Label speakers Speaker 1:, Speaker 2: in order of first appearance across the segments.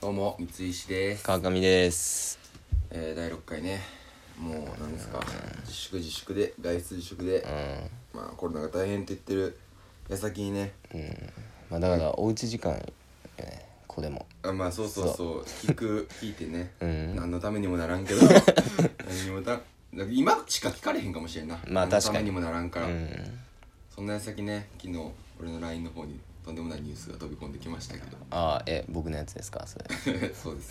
Speaker 1: どうも三石です、
Speaker 2: 川上です
Speaker 1: えー、第6回ねもうなんですか自粛自粛で外出自粛で、まあコロナが大変って言ってる矢先にね
Speaker 2: まあだからおうち時間よねこれも
Speaker 1: あまあそうそうそう聞く聞いて ね、
Speaker 2: ん
Speaker 1: 何のためにもならんけ ど何にもたなんか今しか聞かれへんかもしれんな
Speaker 2: まあ
Speaker 1: 何の
Speaker 2: 確かに
Speaker 1: ためにもならんから、
Speaker 2: うん
Speaker 1: そんな矢先ね昨日俺の LINE の方にとんでもないニュースが飛び込んできましたけど
Speaker 2: ああえ僕のやつですかそれ
Speaker 1: そうで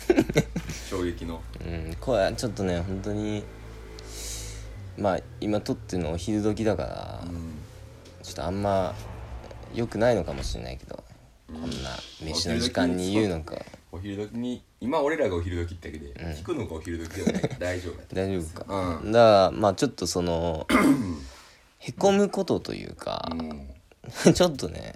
Speaker 1: す 衝撃の
Speaker 2: うんこれはちょっとね本当にまあ今撮ってるのお昼時だから、
Speaker 1: うん
Speaker 2: ちょっとあんま良くないのかもしれないけど、こんな飯の時間に言うのか
Speaker 1: お昼時に今俺らがお昼時ってだけで、聞くのがお昼時ではない大丈夫やった
Speaker 2: 大丈夫か、
Speaker 1: う
Speaker 2: だからまあちょっと そのへこむことというか
Speaker 1: う、ん
Speaker 2: ちょっとね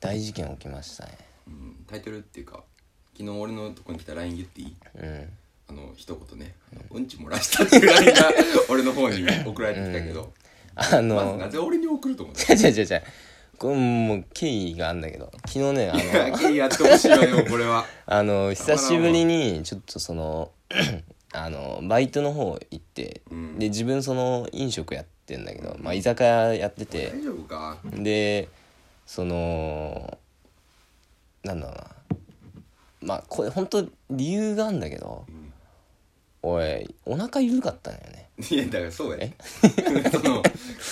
Speaker 2: 大事件起きましたね
Speaker 1: うんタイトルっていうか昨日俺のとこに来た LINE 言っていい
Speaker 2: うん
Speaker 1: あの一言ね「うんち漏らした」っていう LINE が 俺の方に送られてきたけど、
Speaker 2: あ
Speaker 1: まず
Speaker 2: の、
Speaker 1: なぜ俺に送ると思っ
Speaker 2: 違う違う違う違う。これもう経緯があんだけど、昨日ね、
Speaker 1: たいややってほしいわ よこれは
Speaker 2: あの、あの、久しぶりに、ちょっと その、あの、バイトの方行って、
Speaker 1: うん
Speaker 2: で、自分その飲食やってんだけど、まあ居酒屋やってて
Speaker 1: 大、丈夫か
Speaker 2: で、その、なんだろうな。まあこれ本当理由があんだけど、
Speaker 1: ん
Speaker 2: おい、お腹緩かったんだよね。
Speaker 1: いやだからそうやねその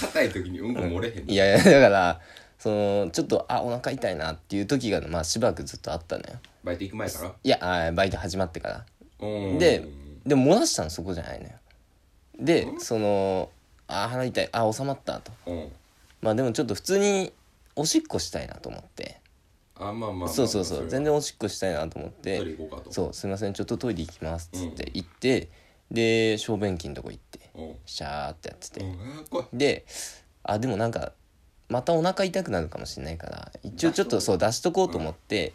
Speaker 1: 硬い時にうんこ漏れへん
Speaker 2: いやいや、だから、その、ちょっと、あ、お腹痛いなっていう時が、まあしばらくずっとあったのよ。
Speaker 1: バイト行く前から
Speaker 2: いやあーバイト始まってから
Speaker 1: うん
Speaker 2: ででも漏らしたのそこじゃないのよでそのあー腹痛いあー収まったと
Speaker 1: うん
Speaker 2: まあでもちょっと普通におしっこしたいなと思って
Speaker 1: あまあまあまあ
Speaker 2: そうそうそう全
Speaker 1: 然
Speaker 2: 然おしっこしたいなと思って
Speaker 1: トイレ行こうかと
Speaker 2: そうすいませんちょっとトイレ行きますっつって行って、で小便器のとこ行って
Speaker 1: うん
Speaker 2: シャーってやってて、
Speaker 1: うんあ怖い
Speaker 2: であでもなんかまたお腹痛くなるかもしれないから一応ちょっとそう出しとこうと思って、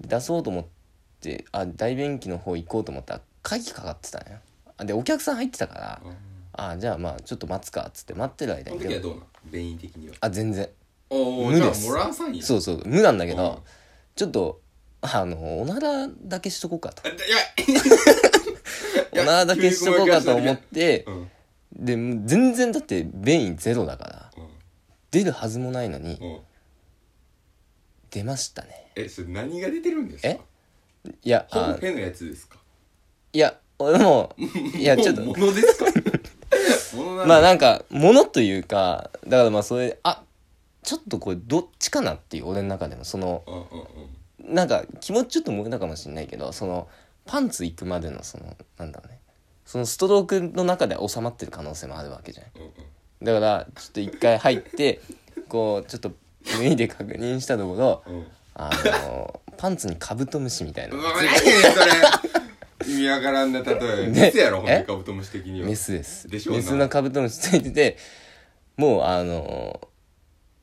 Speaker 2: 出そうと思ってあ大便器の方行こうと思ったら鍵かかってたのよあでお客さん入ってたから、
Speaker 1: うん
Speaker 2: あじゃあまあちょっと待つかっつって待ってる間
Speaker 1: その
Speaker 2: に
Speaker 1: 時はどうなん便意的には
Speaker 2: あ全然
Speaker 1: おお
Speaker 2: 無
Speaker 1: じゃあ
Speaker 2: です
Speaker 1: もらわさんや
Speaker 2: そうそう無なんだけど、
Speaker 1: うん
Speaker 2: ちょっとあのおならだけしとこうかと
Speaker 1: あいや
Speaker 2: お
Speaker 1: や
Speaker 2: ならだけしとこうかと思って
Speaker 1: うんうん
Speaker 2: で全然だって便意ゼロだから出るはずもないのに
Speaker 1: うん
Speaker 2: 出ましたね
Speaker 1: えそれ何が出てるんですか
Speaker 2: えいや
Speaker 1: ほ
Speaker 2: あ
Speaker 1: ぼペのやつですか
Speaker 2: いや、俺も、いや、
Speaker 1: ほぼ
Speaker 2: ちょっと、
Speaker 1: ものですか もの
Speaker 2: まあ
Speaker 1: な
Speaker 2: なんか、ものというか、だからまあそれ、あ、ちょっとこれどっちかなっていう、俺の中でも、その、
Speaker 1: うんうん
Speaker 2: なんか気持ちちょっと向けたかもしれないけど、その、パンツ行くまでの、その、なんだろうね。そのストロークの中で収まってる可能性もあるわけじゃん。
Speaker 1: うんうん
Speaker 2: だから、ちょっと一回入って、こう、ちょっと脱いで確認したところ、
Speaker 1: うんうん
Speaker 2: あの、パンツにカブトムシみたいな
Speaker 1: う。わ何やねんそれ意味わからんな例え
Speaker 2: ね
Speaker 1: メスやろほんで
Speaker 2: え
Speaker 1: カブトムシ的には
Speaker 2: メスです。
Speaker 1: でしょうな
Speaker 2: メスのカブトムシついてて、もうあの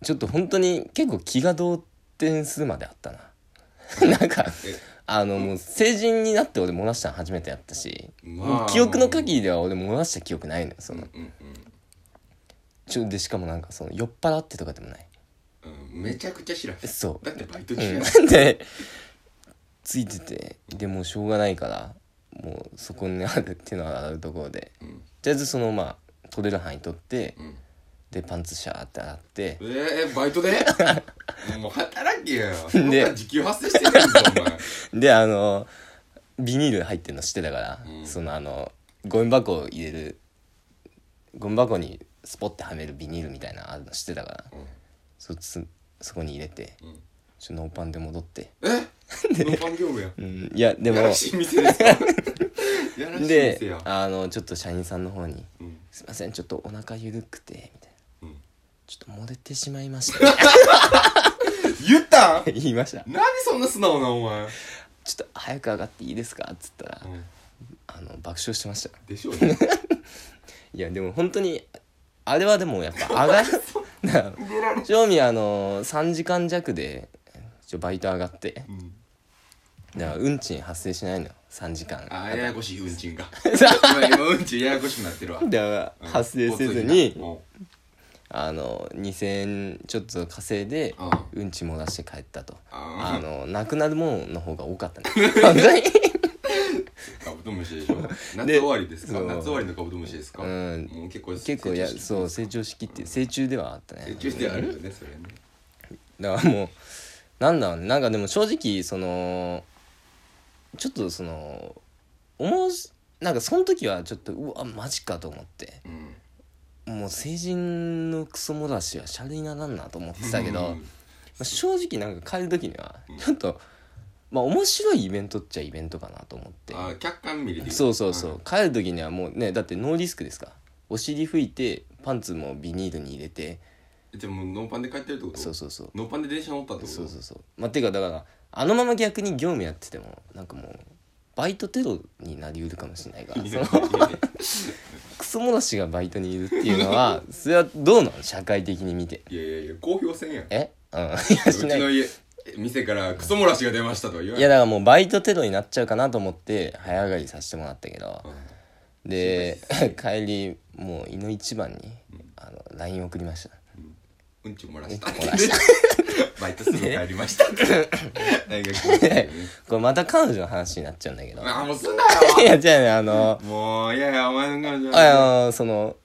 Speaker 2: ーちょっと本当に結構気が動転するまであったな。なんか、
Speaker 1: え
Speaker 2: あのもう成人になって俺漏らしたの初めてやったし、
Speaker 1: まあ
Speaker 2: もう記憶の限りでは俺漏らした記憶ないのよ。その、
Speaker 1: うんうん
Speaker 2: ちょで、しかもなんかその酔っ払ってとかでもない。
Speaker 1: うんめちゃくちゃ知らん
Speaker 2: そう
Speaker 1: だってバイト
Speaker 2: う
Speaker 1: 中や
Speaker 2: ん。で、ついてて、でもうしょうがないから、もうそこにある手の洗うところで、
Speaker 1: うん
Speaker 2: とりあえずそのまあ、取れる範囲取って、
Speaker 1: うん
Speaker 2: でパンツシャーって洗って
Speaker 1: えー、バイ トでもう働けよ。
Speaker 2: で
Speaker 1: で、時給発生してるんぞ、お前。
Speaker 2: であのビニール入ってるの知ってたから、
Speaker 1: うん
Speaker 2: そのあのゴミ箱を入れるゴミ箱にスポッてはめるビニールみたいなのあるの知ってたからそつそこに入れて
Speaker 1: うんうん
Speaker 2: ちょノーパンで戻って、
Speaker 1: えノパン業務や。
Speaker 2: うん、いやでも
Speaker 1: やらしい店ですかやらしい店
Speaker 2: で
Speaker 1: や。
Speaker 2: あのちょっと社員さんの方に
Speaker 1: うん
Speaker 2: 「すいませんちょっとお腹ゆるくて」みたいな
Speaker 1: うん
Speaker 2: 「ちょっと漏れてしまいました、ね
Speaker 1: 言ったん」
Speaker 2: 言いました
Speaker 1: なんでそんな素直な、お前。
Speaker 2: 「ちょっと早く上がっていいですか?」っつったら、
Speaker 1: うん
Speaker 2: あの爆笑してました
Speaker 1: でしょうね。
Speaker 2: いやでも本当にあれはでもやっ ぱ上がるだから正味あの3時間弱で一応バイト上がって
Speaker 1: うん
Speaker 2: だから運賃発生しないのよ3時間
Speaker 1: あー、ややこしい、運賃が。
Speaker 2: だか
Speaker 1: 今、今運賃ややこしくなってるわ。
Speaker 2: ら発生せず
Speaker 1: う
Speaker 2: に
Speaker 1: ん
Speaker 2: あの2,000円ちょっと稼いで
Speaker 1: ああ
Speaker 2: うんち漏らして帰ったとあ
Speaker 1: あ
Speaker 2: のなくなるものの方が多かったね 本当に
Speaker 1: あカブトムシでしょ夏
Speaker 2: で
Speaker 1: 終わりですか
Speaker 2: そう
Speaker 1: 夏終わりのカブトムシですか
Speaker 2: うん
Speaker 1: もう結構
Speaker 2: 結構や
Speaker 1: う
Speaker 2: そう成長式って成虫ではあったね
Speaker 1: 成長してあるよねそれね
Speaker 2: だからもうなんだろうねなんかでも正直そのちょっとその思うなんかその時はちょっとうわマジかと思って
Speaker 1: うん
Speaker 2: もう成人のクソ漏らしはシャレにならんなと思ってたけど、
Speaker 1: う
Speaker 2: ま
Speaker 1: ん
Speaker 2: あ正直なんか帰る時にはちょっと、まあ面白いイベントっちゃイベントかなと思って
Speaker 1: あ客観見れてる
Speaker 2: そうそうそう帰る時にはもうねだってノーリスクですかお尻拭いてパンツもビニールに入れて
Speaker 1: うんじゃあもうノーパンで帰ってるってこと
Speaker 2: そうそうそう
Speaker 1: ノーパンで電車乗ったってこと
Speaker 2: そうそうそうまあていうかだからあのまま逆に業務やっててもなんかもうバイトテロになりうるかもしれないから
Speaker 1: い
Speaker 2: そ
Speaker 1: やい
Speaker 2: の
Speaker 1: やいや
Speaker 2: クソもらしがバイトにいるっていうのはそれはどうなの社会的に見て
Speaker 1: いやいやいや公表せんやん
Speaker 2: え うんいや
Speaker 1: う
Speaker 2: し
Speaker 1: ち
Speaker 2: ない
Speaker 1: の家店からクソ漏らしが出ましたとは言わ
Speaker 2: いや
Speaker 1: ない
Speaker 2: だからもうバイトテロになっちゃうかなと思って早上がりさせてもらったけどで 帰りもう胃の一番にあの LINE 送りました
Speaker 1: うんち漏らした
Speaker 2: 漏ら
Speaker 1: バイトすぐ帰りました大学行ってね
Speaker 2: これまた彼女の話になっちゃうんだけど い
Speaker 1: あもうすんなよ
Speaker 2: やじゃあねあの
Speaker 1: もういやいやお前の彼女は
Speaker 2: あのその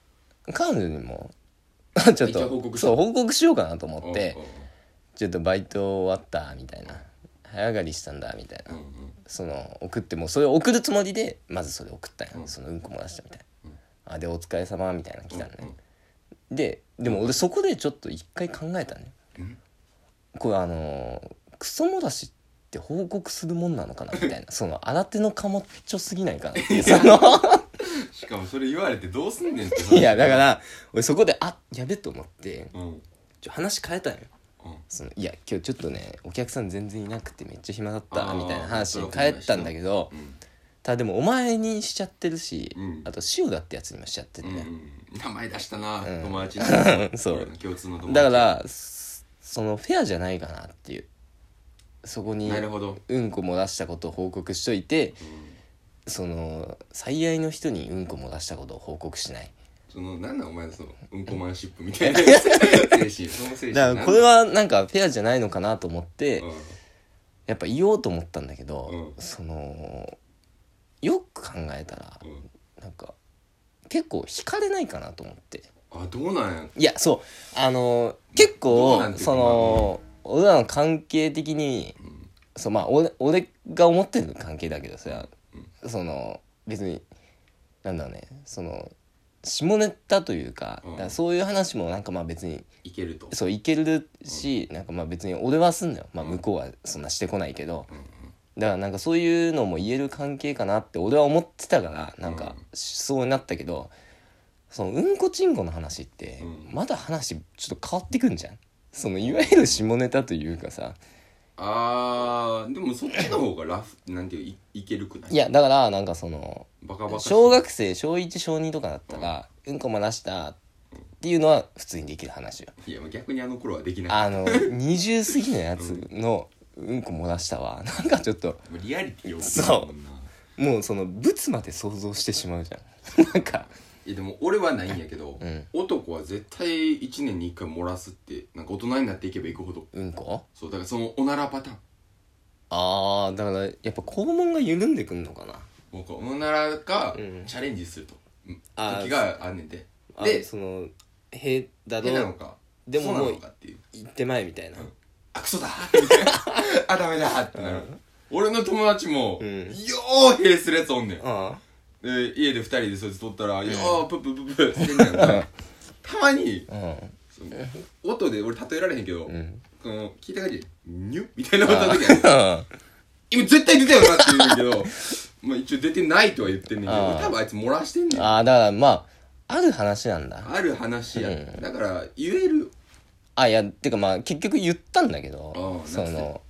Speaker 2: 彼女にも ちょっ
Speaker 1: 一応
Speaker 2: と
Speaker 1: 報告し
Speaker 2: そう報告しようかなと思
Speaker 1: お
Speaker 2: っ
Speaker 1: う
Speaker 2: てちょっとバイト終わったみたいな早上がりしたんだみたい
Speaker 1: おう
Speaker 2: な
Speaker 1: うんうん
Speaker 2: その送ってもうそれを送るつもりでまずそれ送ったんや、
Speaker 1: うん
Speaker 2: そのうんこ漏らしたみたいな、
Speaker 1: うん
Speaker 2: あでお疲れ様みたいなの来たのね、
Speaker 1: うん
Speaker 2: ででも俺そこでちょっと一回考えたね
Speaker 1: うん
Speaker 2: これあのークソ漏らしって報告するもんなのかなみたい なその新手のかもっちょすぎないかなっていうその
Speaker 1: しかもそれ言われてどうすんねんって話
Speaker 2: いやだから俺そこであやべと思って
Speaker 1: うんうん
Speaker 2: ちょ話変えたんよそのいや今日ちょっとねお客さん全然いなくてめっちゃ暇だった
Speaker 1: あー
Speaker 2: みたいな話に変えたんだけど
Speaker 1: うん
Speaker 2: ただでもお前にしちゃってるし、
Speaker 1: うん
Speaker 2: あと塩田ってやつにもしちゃってて、
Speaker 1: うんうん名前出したな
Speaker 2: うん
Speaker 1: 友達に
Speaker 2: そう
Speaker 1: 俺の共通の友達
Speaker 2: だからそそのフェアじゃないかなっていうそこに
Speaker 1: なるほど
Speaker 2: うんこ漏らしたことを報告しといて
Speaker 1: うん
Speaker 2: その最愛の人にうんこ漏らしたことを報告しない
Speaker 1: そのなんなんお前のそのうんこマンシップみた いな精神その精神
Speaker 2: だからこれはなんかフェアじゃないのかなと思って
Speaker 1: うん
Speaker 2: やっぱ言おうと思ったんだけど、
Speaker 1: う
Speaker 2: そのよく考えたら
Speaker 1: うん
Speaker 2: なんか結構惹かれないかなと思って
Speaker 1: あどうなんや
Speaker 2: いやそうあの結
Speaker 1: どう
Speaker 2: 構
Speaker 1: なんていうか
Speaker 2: その俺らの関係的に
Speaker 1: ん
Speaker 2: そうまあ俺俺が思ってる関係だけどさその別になんだろうねその下ネタというか
Speaker 1: うん
Speaker 2: だからそういう話もなんかまあ別に
Speaker 1: いけると
Speaker 2: そういけるしなんかまあ別に俺はすんのよまあ向こうはそんなしてこないけど
Speaker 1: うんうん
Speaker 2: だからなんかそういうのも言える関係かなって俺は思ってたからなん
Speaker 1: う
Speaker 2: か
Speaker 1: ん
Speaker 2: しそうになったけどそのうんこちんこの話って
Speaker 1: うん
Speaker 2: まだ話ちょっと変わってくんじゃんそのいわゆる下ネタというかさ
Speaker 1: あーでもそっちの方がラフなんていういいけるくない
Speaker 2: いやだからなんかその
Speaker 1: バカバカしい
Speaker 2: 小学生小1小2とかだったらうんこ漏らしたっていうのは普通にできる話よ
Speaker 1: いや逆にあの頃はできない
Speaker 2: あの20過ぎのやつのうんこ漏らしたはなんかちょっと
Speaker 1: もうリアリティを
Speaker 2: そう
Speaker 1: もんな
Speaker 2: もうそのブツまで想像してしまうじゃん なんか
Speaker 1: いやでも俺はないんやけど、
Speaker 2: うん
Speaker 1: 男は絶対1年に1回漏らすってなんか大人になっていけばいくほど
Speaker 2: うんこ
Speaker 1: そうだからそのおならパターン
Speaker 2: ああだからやっぱ肛門が緩んでくんのかな
Speaker 1: もうこうおならか、
Speaker 2: うん
Speaker 1: チャレンジするとうん
Speaker 2: あー
Speaker 1: 時があんねんで
Speaker 2: あ
Speaker 1: で
Speaker 2: そのへだ
Speaker 1: 手なの
Speaker 2: ど
Speaker 1: か
Speaker 2: でも
Speaker 1: そう
Speaker 2: もう
Speaker 1: なのかっていう
Speaker 2: 行ってまえみたいな
Speaker 1: あクソだみたいなあダメだってなる、俺の友達も、
Speaker 2: うん
Speaker 1: ようへいするやつおんねん、
Speaker 2: あ
Speaker 1: で家で二人でそいつ撮ったら「いやープップップップッ」ってんねんかたまに
Speaker 2: あうん
Speaker 1: その音で俺例えられへんけど、
Speaker 2: ん
Speaker 1: この聞いた感じ「ニュッ」みたいな音の時ある今絶対出たよなって言うねんだけど まあ一応出てないとは言ってんねんけ
Speaker 2: あ
Speaker 1: ど
Speaker 2: ー
Speaker 1: 多分あいつ漏らしてんねんあ
Speaker 2: ああだからまあある話なんだ
Speaker 1: る話や、だから言える
Speaker 2: あいやてかまあ結局言ったんだけど
Speaker 1: ああ
Speaker 2: そ
Speaker 1: なん
Speaker 2: の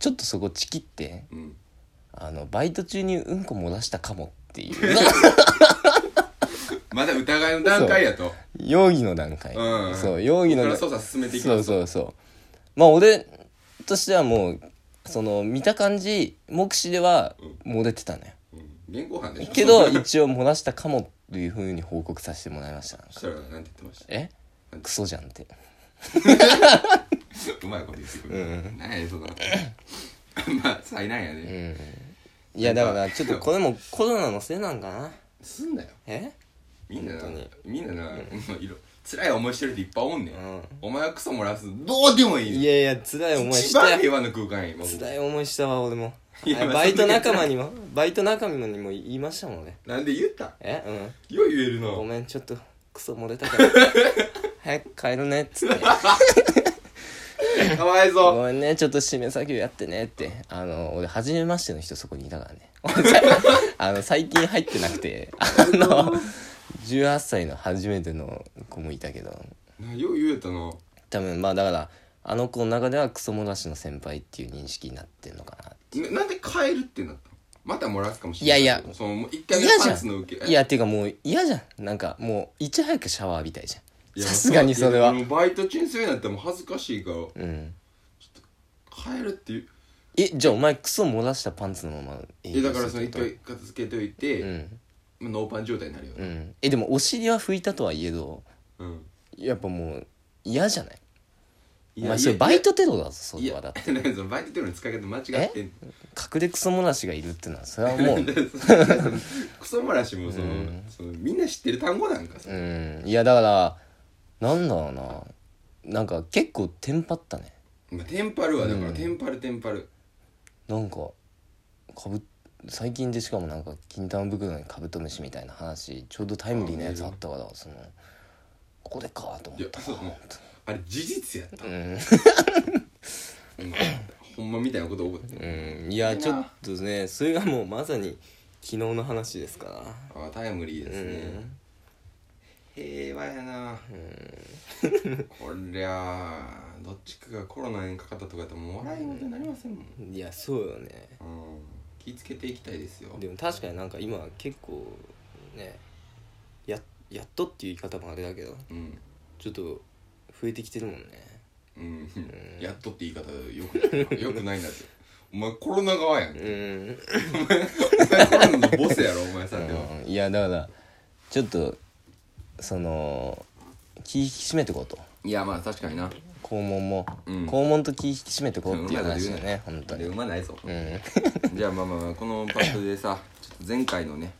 Speaker 2: ちょっとそこちきって
Speaker 1: うん
Speaker 2: あのバイト中にうんこ漏らしたかもって いう
Speaker 1: まだ疑いの段階やと
Speaker 2: 容疑の段階、
Speaker 1: うん
Speaker 2: そう容疑の
Speaker 1: こ
Speaker 2: 段
Speaker 1: れから捜査進めていき
Speaker 2: そ
Speaker 1: ま
Speaker 2: う
Speaker 1: す
Speaker 2: そうそうまあ俺としてはもうその見た感じ目視では漏れてたのよ
Speaker 1: うん現行犯でしょ
Speaker 2: けど一応漏らしたかもっていうふうに報告させてもらいました
Speaker 1: そしたらなんて言ってました
Speaker 2: えクソじゃんって
Speaker 1: うまいこと言ってく
Speaker 2: う
Speaker 1: る、
Speaker 2: ん
Speaker 1: なん、何やねんその まあ災難やね、
Speaker 2: うんいやだからちょっとこれもコロナのせいなんかな
Speaker 1: すんなよ
Speaker 2: え
Speaker 1: みんなな
Speaker 2: 本当に
Speaker 1: みんなな、いろ辛い思いしてるっていっぱいおんねん、
Speaker 2: うん
Speaker 1: お前はクソ漏らすどうでもいい
Speaker 2: いやいや辛い思い
Speaker 1: 一
Speaker 2: した
Speaker 1: 番
Speaker 2: よ
Speaker 1: 平和の空間や今僕
Speaker 2: 辛い思いしたわ俺も
Speaker 1: いや
Speaker 2: あ
Speaker 1: まあ
Speaker 2: バイト
Speaker 1: そんな
Speaker 2: 仲間にもバイト仲間にも言いましたもんね
Speaker 1: なんで言った
Speaker 2: え
Speaker 1: よう言えるな
Speaker 2: うんごめんちょっとクソ漏れたから 早く帰るねっつって
Speaker 1: かわいそう
Speaker 2: ごめんねちょっと締め作業やってねってあの俺初めましての人そこにいたからね あの最近入ってなくてあの18歳の初めての子もいたけど
Speaker 1: なよう言えたな
Speaker 2: 多分まあだからあの子の中ではクソ漏らしの先輩っていう認識になってんのか
Speaker 1: ななんで変えるってなったのまた漏らすかもしれ
Speaker 2: い
Speaker 1: な
Speaker 2: や
Speaker 1: い
Speaker 2: いや
Speaker 1: そのもう一
Speaker 2: な
Speaker 1: 回目パンツの受け
Speaker 2: いやっていうかもう嫌じゃんなんかもういち早くシャワー浴びたいじ
Speaker 1: い
Speaker 2: ゃん
Speaker 1: や
Speaker 2: さすがにそれは
Speaker 1: もうバイト中にするようになってもう恥ずかしいから
Speaker 2: うん
Speaker 1: 変えるっていう
Speaker 2: えじゃあお前クソ漏らしたパンツのまま
Speaker 1: いやだからその
Speaker 2: 営
Speaker 1: 一
Speaker 2: 業するっ
Speaker 1: 回
Speaker 2: てこ
Speaker 1: 片付けといて、
Speaker 2: とうん
Speaker 1: まあノーパン状態になるよ
Speaker 2: う
Speaker 1: ね
Speaker 2: んえでもお尻は拭いたとはいえど
Speaker 1: うん
Speaker 2: やっぱもう嫌じゃない
Speaker 1: い
Speaker 2: お
Speaker 1: や
Speaker 2: 前
Speaker 1: い
Speaker 2: そ
Speaker 1: や
Speaker 2: れバイトテロだぞそ
Speaker 1: い
Speaker 2: れ
Speaker 1: や
Speaker 2: はだって
Speaker 1: なんかそのバイトテロの使い方間違ってん
Speaker 2: 隠れクソ漏らしがいるってのはそれはもう
Speaker 1: クソ漏らしもその,、
Speaker 2: うん
Speaker 1: そのみんな知ってる単語なんかさ、
Speaker 2: うんいやだからなんだろうななんか結構テンパったね
Speaker 1: まあ、テンパるはだから、
Speaker 2: うん
Speaker 1: テンパるテンパる
Speaker 2: なんかかぶ最近でしかもなんか金玉袋にカブトムシみたいな話ちょうどタイムリーなやつあったからそのここでかと思
Speaker 1: い
Speaker 2: っ
Speaker 1: や
Speaker 2: た
Speaker 1: そうもうあれ事実やった、
Speaker 2: うん
Speaker 1: うん ほんまみたいなこと起こって、
Speaker 2: うんいやちょっとねそれがもうまさに昨日の話ですから
Speaker 1: ああタイムリーですね、
Speaker 2: うん
Speaker 1: 平和やなこりゃあどっちかがコロナにかかったとかやったらもう笑い事になりませんもん、
Speaker 2: いやそうよね
Speaker 1: うん、気ぃつけていきたいですよ
Speaker 2: でも確かになんか今結構ねややっとっていう言い方もあれだけど
Speaker 1: うん
Speaker 2: ちょっと増えてきてるもんね
Speaker 1: うん、やっとって言い方よく ないよくないなってお前コロナ側やん
Speaker 2: うん
Speaker 1: お前コロナのボスやろお前さては
Speaker 2: うんいやだからちょっとその気引き締めてこうと
Speaker 1: いやまあ確かにな
Speaker 2: 肛門も、
Speaker 1: うん
Speaker 2: 肛門と気引き締めてこうっていう話だよね
Speaker 1: うん
Speaker 2: 本当
Speaker 1: で
Speaker 2: に
Speaker 1: うまないぞ
Speaker 2: うんうん
Speaker 1: じゃあまあまあまあこのパートでさちょっと前回のね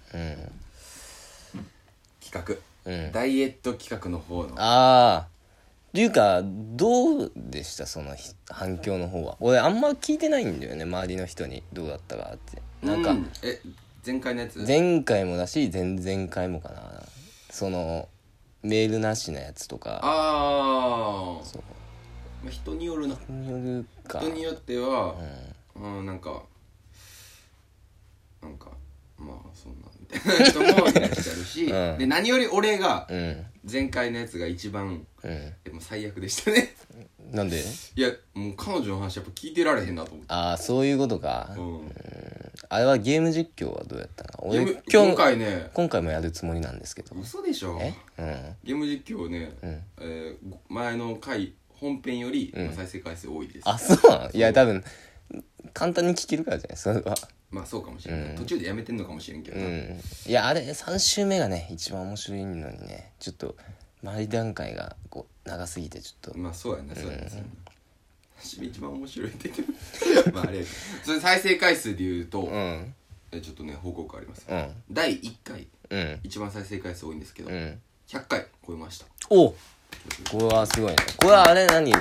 Speaker 1: 企
Speaker 2: うん
Speaker 1: 画ダイエット企画の方の
Speaker 2: ああっていうかどうでしたそのひ反響の方は俺あんま聞いてないんだよね周りの人にどうだったかってなんか、
Speaker 1: うえ前回のやつ
Speaker 2: 前回もだし前々回もかなそのメールなしのやつとか
Speaker 1: ああ
Speaker 2: そう
Speaker 1: まあ人によるな
Speaker 2: 人によるか
Speaker 1: 人によっては
Speaker 2: うん、
Speaker 1: うんなんかなんかまあそんなみたいな人もいらっしゃるし、
Speaker 2: うん
Speaker 1: で何より俺が
Speaker 2: うん
Speaker 1: 前回のやつが一番
Speaker 2: う
Speaker 1: でも最悪でしたね
Speaker 2: んなんで
Speaker 1: いやもう彼女の話やっぱ聞いてられへんなと思って
Speaker 2: ああそういうことか、
Speaker 1: うん
Speaker 2: あれはゲーム実況はどうやったの俺
Speaker 1: ゲーム
Speaker 2: 今
Speaker 1: 今
Speaker 2: 日
Speaker 1: 回ね
Speaker 2: 今回もやるつもりなんですけど
Speaker 1: 嘘でしょ
Speaker 2: えうん
Speaker 1: ゲーム実況ね、
Speaker 2: うん
Speaker 1: えーご前の回本編より、
Speaker 2: うん
Speaker 1: まあ再生回数多いです
Speaker 2: あそうなのいや多分簡単に聞けるからじゃないそれは
Speaker 1: まあそうかもしれない、
Speaker 2: うん
Speaker 1: 途中でやめてんのかもしれんけど
Speaker 2: う
Speaker 1: な、
Speaker 2: んいやあれ3週目がね一番面白いのにねちょっと周り段階がこう長すぎてちょっと
Speaker 1: まあそうやねそうやね、そうやね私一番面白いって言 ってるまああれやけどそれ再生回数で言うと、
Speaker 2: うん
Speaker 1: えちょっとね報告あります、
Speaker 2: うん
Speaker 1: 第1回
Speaker 2: うん
Speaker 1: 一番再生回数多いんですけど、
Speaker 2: うん
Speaker 1: 100回超えました
Speaker 2: おこれはすごいねこれはあれ何多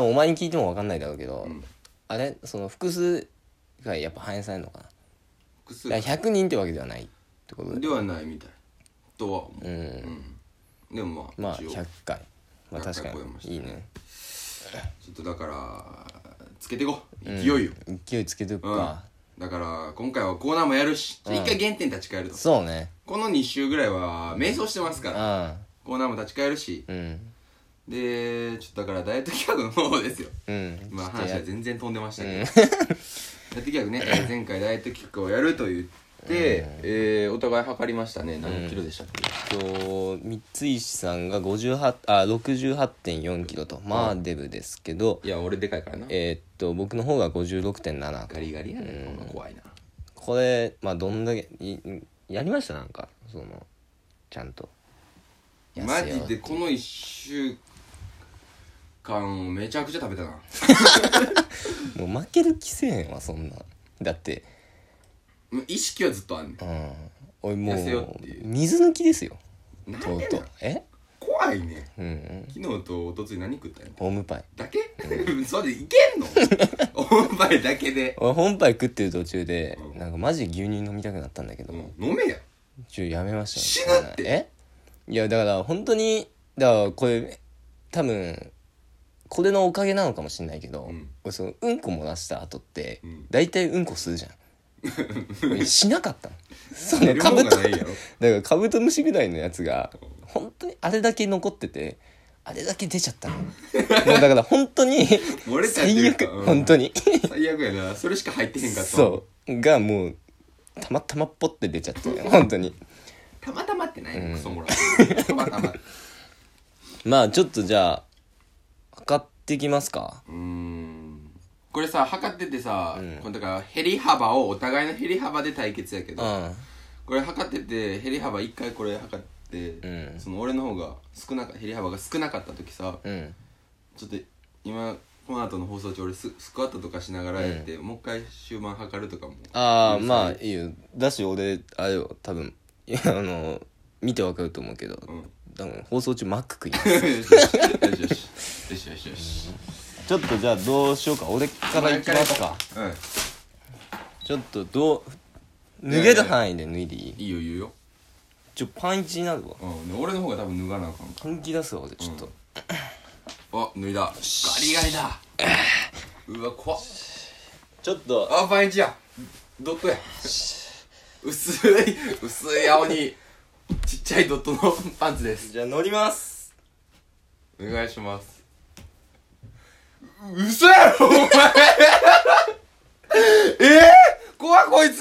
Speaker 2: 分お前に聞いても分かんないだろうけど、
Speaker 1: ん
Speaker 2: あれその複数回やっぱ反映されるのかな
Speaker 1: 複数
Speaker 2: だから100人ってわけではないってことで
Speaker 1: ではないみたいとは思う、
Speaker 2: う
Speaker 1: うんんでもまあ、
Speaker 2: まあ
Speaker 1: 一応
Speaker 2: 100回まあ確か
Speaker 1: 100回超えました
Speaker 2: に
Speaker 1: ね
Speaker 2: いいね
Speaker 1: ちょっとだからつけていこう勢いよ、
Speaker 2: 勢いつけておくか、
Speaker 1: だから今回はコーナーもやるし一回原点立ち返ると、
Speaker 2: そうね
Speaker 1: この2週ぐらいは迷走してますから、
Speaker 2: う
Speaker 1: コーナーも立ち返るし
Speaker 2: んうん
Speaker 1: でちょっとだからダイエット企画の方ですよ
Speaker 2: うん
Speaker 1: まあ
Speaker 2: ちょっと
Speaker 1: 話
Speaker 2: や
Speaker 1: は全然飛んでましたけど、ダイエット企 画ねえー前回ダイエット企画をやると言って、えーお互い測りましたね何キロでしたっけ、
Speaker 2: と三石さんが58あ68.4キロとまあデブですけど、
Speaker 1: いや俺でかいからな
Speaker 2: えーっと僕の方が56.7
Speaker 1: ガリガリやねほんま怖いな
Speaker 2: これまあどんだけいやりましたなんかそのちゃんと痩
Speaker 1: マ
Speaker 2: せよう
Speaker 1: ジでこの1週間めちゃくちゃ食べたな
Speaker 2: もう負ける気せえへんわそんなんだって
Speaker 1: もう意識はずっとあんね
Speaker 2: うん俺も
Speaker 1: 痩せよう
Speaker 2: う
Speaker 1: っていう
Speaker 2: 水抜きですよ
Speaker 1: んなん
Speaker 2: とう
Speaker 1: で
Speaker 2: と
Speaker 1: なん
Speaker 2: うえ
Speaker 1: 怖いね
Speaker 2: うんうん
Speaker 1: 昨日とおとつい何食ったんや
Speaker 2: ホームパイ
Speaker 1: だけ それでいけんのおっぱいだけで
Speaker 2: 俺本杯食ってる途中で
Speaker 1: うん
Speaker 2: なんかマジで牛乳飲みたくなったんだけど、
Speaker 1: もう飲 めや
Speaker 2: ちょやめました
Speaker 1: 死ぬって
Speaker 2: えいやだから本当にだからこれ多分これのおかげなのかもしれないけど、
Speaker 1: うん
Speaker 2: 俺そのうんこ漏らした後って
Speaker 1: うん
Speaker 2: 大体うんこするじゃん 俺しなかったのそ
Speaker 1: 寝
Speaker 2: の
Speaker 1: る
Speaker 2: カ
Speaker 1: も
Speaker 2: ブ
Speaker 1: ん
Speaker 2: ト
Speaker 1: が
Speaker 2: だ
Speaker 1: ない
Speaker 2: か
Speaker 1: やろ
Speaker 2: らカブトムシぐらいのやつが本当にあれだけ残っててあれだけ出ちゃったのもうだから本当に
Speaker 1: 漏れちゃって
Speaker 2: 最
Speaker 1: る
Speaker 2: 悪
Speaker 1: かうん
Speaker 2: 本当に
Speaker 1: 最悪やなそれしか入ってへんかったう
Speaker 2: そうがもうたまたまポって出ちゃって本当に
Speaker 1: たまたまってないのクソもらうたまたま
Speaker 2: まあちょっとじゃあ測ってきますか
Speaker 1: うーんこれさ測っててさ、これだから減り幅をお互いの減り幅で対決やけ
Speaker 2: う
Speaker 1: ど、
Speaker 2: ん
Speaker 1: これ測ってて減り幅一回これ測って、
Speaker 2: うん
Speaker 1: その俺の方が少なか減り幅が少なかった時さ
Speaker 2: うん
Speaker 1: ちょっと今この後の放送中俺ススクワットとかしながらやって、もう一回終盤測るとかも
Speaker 2: ああまあいいよだし俺あれよ多分い やあの見てわかると思うけど、
Speaker 1: ん
Speaker 2: 多分放送中マック食います
Speaker 1: よしよしよしよしよしよし
Speaker 2: ちょっとじゃあどうしようか俺からいきますか
Speaker 1: うん
Speaker 2: ちょっとどう
Speaker 1: いや
Speaker 2: 脱
Speaker 1: いや
Speaker 2: げる範囲で脱いでいい
Speaker 1: いいよ言うよ、
Speaker 2: ちょパンイチになるわ
Speaker 1: うん、で俺の方が多分脱がなあかんか
Speaker 2: 本気出すわ俺ちょっと、
Speaker 1: らあ脱いだガリガリだうわ怖っ
Speaker 2: ちょっと
Speaker 1: あ、パンイチや。ドットや。薄い、薄い青に、ちっちゃいドットのパンツです。
Speaker 2: じゃあ乗ります
Speaker 1: お願いします。う嘘やろ、お前えぇ、怖いこいつ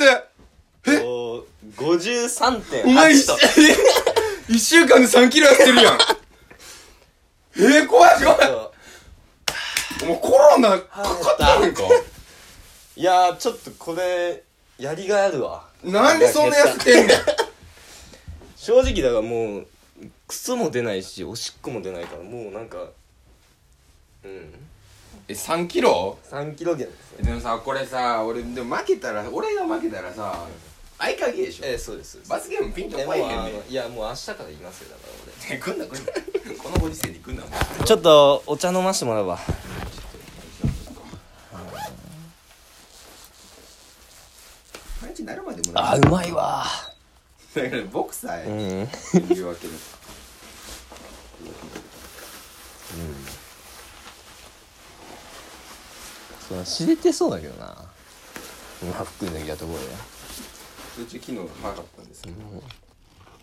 Speaker 2: お53.8
Speaker 1: お前、一一週間で3キロやってるやん。えぇ、怖い怖い
Speaker 2: と
Speaker 1: お前コロナかかったんか
Speaker 2: いやーちょっとこれやりがいあるわ
Speaker 1: なんでそんな痩せてんねん
Speaker 2: 正直だからもうクソも出ないしおしっこも出ないからもうなんかうん
Speaker 1: え、3キロ
Speaker 2: 3キロ減ですよ
Speaker 1: でもさこれさ俺でも負けたら俺が負けたらさ相鍵でしょ
Speaker 2: ええそうです
Speaker 1: 罰ゲームピンと
Speaker 2: でも
Speaker 1: こ
Speaker 2: あ
Speaker 1: いへんね
Speaker 2: のいやもう明日から言いますよだから
Speaker 1: ん来
Speaker 2: 俺
Speaker 1: んな来んなこのご時世に来んなもん
Speaker 2: ちょっとお茶飲ましてもらうわ
Speaker 1: 毎日なるまでも
Speaker 2: あ
Speaker 1: い
Speaker 2: ーうまいわ
Speaker 1: だからボクサ
Speaker 2: う
Speaker 1: ーや
Speaker 2: ん
Speaker 1: 言うわけで
Speaker 2: そう知れてそうだけどな今服脱ぎたところで
Speaker 1: そっち昨日早かったんですけどそ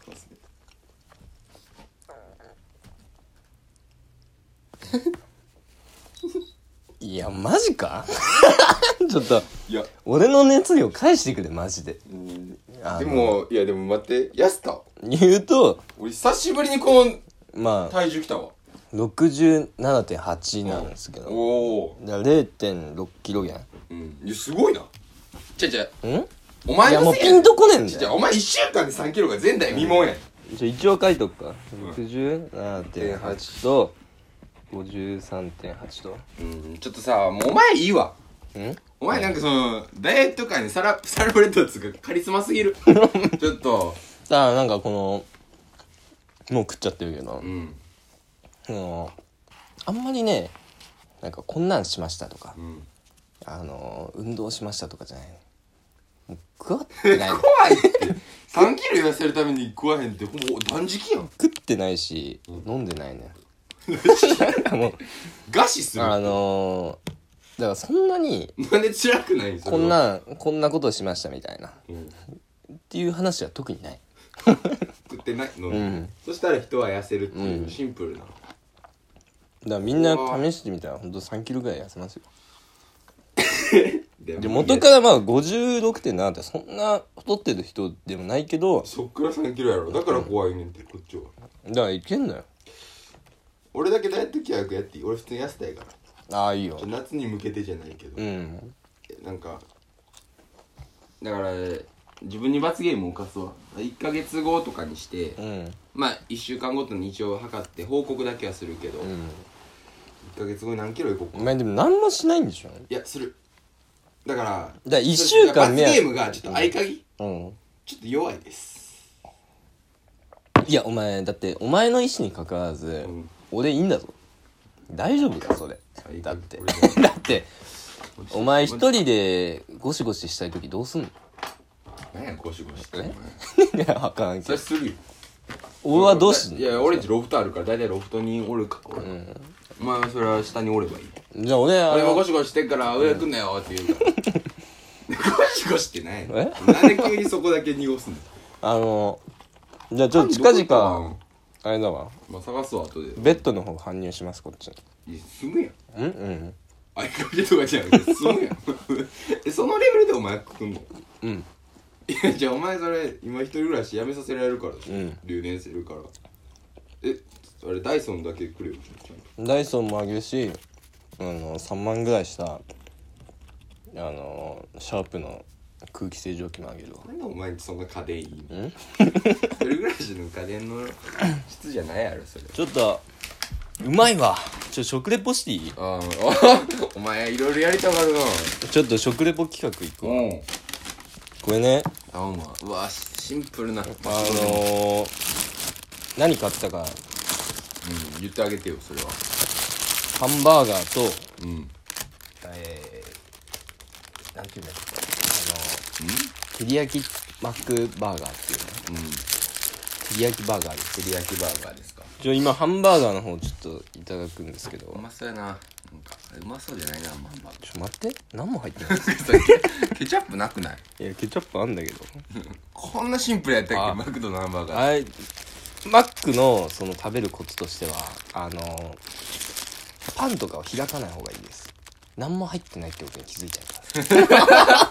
Speaker 1: うですね
Speaker 2: いやマジか ちょっと
Speaker 1: いや
Speaker 2: 俺の熱量返してくれマジで
Speaker 1: うん
Speaker 2: あの
Speaker 1: でもいやでも待って痩せた
Speaker 2: 言うと
Speaker 1: 俺久しぶりにこの
Speaker 2: まあ
Speaker 1: 体重きたわ
Speaker 2: 67.8なんですけど、
Speaker 1: おお
Speaker 2: だ0 6キロ減
Speaker 1: うんいやすごいなちゃちゃ
Speaker 2: んい
Speaker 1: お前
Speaker 2: やも
Speaker 1: の
Speaker 2: う
Speaker 1: せい
Speaker 2: ピ
Speaker 1: やね
Speaker 2: ン
Speaker 1: ん
Speaker 2: とこねえん
Speaker 1: ちゃ
Speaker 2: だ
Speaker 1: ちゃ
Speaker 2: よ
Speaker 1: お前1週間で3キロが前代未聞やん
Speaker 2: じゃあ一応書いとくか67.8と53.8と
Speaker 1: うんちょっとさもうお前いいわ
Speaker 2: ん
Speaker 1: お前なんかそのダイエット界にサ ラサラブレッドっつうかカリスマす ぎるちょっと
Speaker 2: だからなんかこのもう食っちゃってるけど、
Speaker 1: うん
Speaker 2: そのあんまりねなんかこんなんしましたとか、
Speaker 1: ん
Speaker 2: あの運動しましたとかじゃないもう食わってない食
Speaker 1: 怖いって3キロ痩せるために食わへんってほぼ断食やん
Speaker 2: ってないし飲んでない ねもう
Speaker 1: 餓死する
Speaker 2: あのー、だからそんなに
Speaker 1: なんで辛くないんそれは
Speaker 2: こんなんこんなことしましたみたいなっ
Speaker 1: うん
Speaker 2: ていう話は特にない
Speaker 1: 食ってないの、
Speaker 2: ん
Speaker 1: そしたら人は痩せるっていうシンプルな、
Speaker 2: だからみんな試してみたらほんと3キロぐらい痩せますよ
Speaker 1: で
Speaker 2: で元からまあ56.7ってそんな太ってる人でもないけど
Speaker 1: そっから3キロやろだから怖いねんってこっちは
Speaker 2: だからいけんのよ
Speaker 1: 俺だけダイエット企画やっていい俺普通に痩せたいから
Speaker 2: ああいいよ
Speaker 1: 夏に向けてじゃないけど、
Speaker 2: うん
Speaker 1: なんかだから自分に罰ゲームを課すわ1ヶ月後とかにして、
Speaker 2: うん
Speaker 1: まあ1週間ごとに一応測って報告だけはするけど、
Speaker 2: うん
Speaker 1: 1ヶ月後に何キロいこう
Speaker 2: お
Speaker 1: か
Speaker 2: 前でも何もしないんでしょ
Speaker 1: いやするだから
Speaker 2: だから一週間目
Speaker 1: 罰ゲームがちょっと合鍵、
Speaker 2: うん
Speaker 1: ちょっと弱いです
Speaker 2: いやお前だってお前の意思に関わらず、
Speaker 1: ん
Speaker 2: 俺いいんだぞ大丈夫かそれ
Speaker 1: 最悪
Speaker 2: だって
Speaker 1: 俺だ
Speaker 2: だってお前一人でゴシゴシしたい時どう すんの
Speaker 1: 何やゴシゴシってお前
Speaker 2: いやわからん
Speaker 1: そ
Speaker 2: け
Speaker 1: れ
Speaker 2: ど
Speaker 1: するよ
Speaker 2: 俺はどうすんの
Speaker 1: いや俺んちロフトあるから大体ロフトにおるから、まあそれは下におればいい
Speaker 2: じゃあ俺あ
Speaker 1: 俺もゴ
Speaker 2: の
Speaker 1: シゴシしてっから上来んなよって言うからゴシゴシってない
Speaker 2: え
Speaker 1: なんで急にそこだけ濁すんだ
Speaker 2: あのじゃあちょっと近々
Speaker 1: どこ
Speaker 2: あれだわ
Speaker 1: かまあ探すわ後で
Speaker 2: ベッドの方搬入しますこっちに
Speaker 1: いや済むやん
Speaker 2: うんうん
Speaker 1: 相掛けとかじゃなくて済むやん えそのレベルでお前来んの
Speaker 2: うん
Speaker 1: いやじゃあお前それ今一人暮らしやめさせられるからでしょ、
Speaker 2: うん
Speaker 1: 留年するからえあれダイソンだけ来るよちゃんと
Speaker 2: ダイソンもあげるしあの3万ぐらいしたあのシャープの空気清浄機もあげるわ
Speaker 1: なんでお前にそんな家電いいの一人暮らしの家電の質じゃないやろそれ
Speaker 2: ちょっとうまいわちょ食レポしていい
Speaker 1: ああ お前いろいろやりたがるな
Speaker 2: ちょっと食レポ企画いくわ
Speaker 1: ん
Speaker 2: これね
Speaker 1: あお前うわシンプルなあの
Speaker 2: あのー、何買ったか
Speaker 1: うん言ってあげてよそれは
Speaker 2: ハンバーガーと
Speaker 1: うん
Speaker 2: えー、なんていうんだっけあのー、照り焼きマックバーガーっていうね
Speaker 1: うん
Speaker 2: 照り焼きバーガーです
Speaker 1: 照り焼きバーガーですか
Speaker 2: ちょ今ハンバーガーの方ちょっといただくんですけど
Speaker 1: うまそうやななんかうまそうじゃないなまん ま
Speaker 2: ちょ待って何も入ってない
Speaker 1: ケチャップなくない
Speaker 2: いやケチャップあんだけど
Speaker 1: こんなシンプルやったっ
Speaker 2: あ
Speaker 1: けマクドのハンバーガー
Speaker 2: あれマックのその食べるコツとしてはあのパンとかを開かない方がいいです何も入ってないってことに気づいちゃ います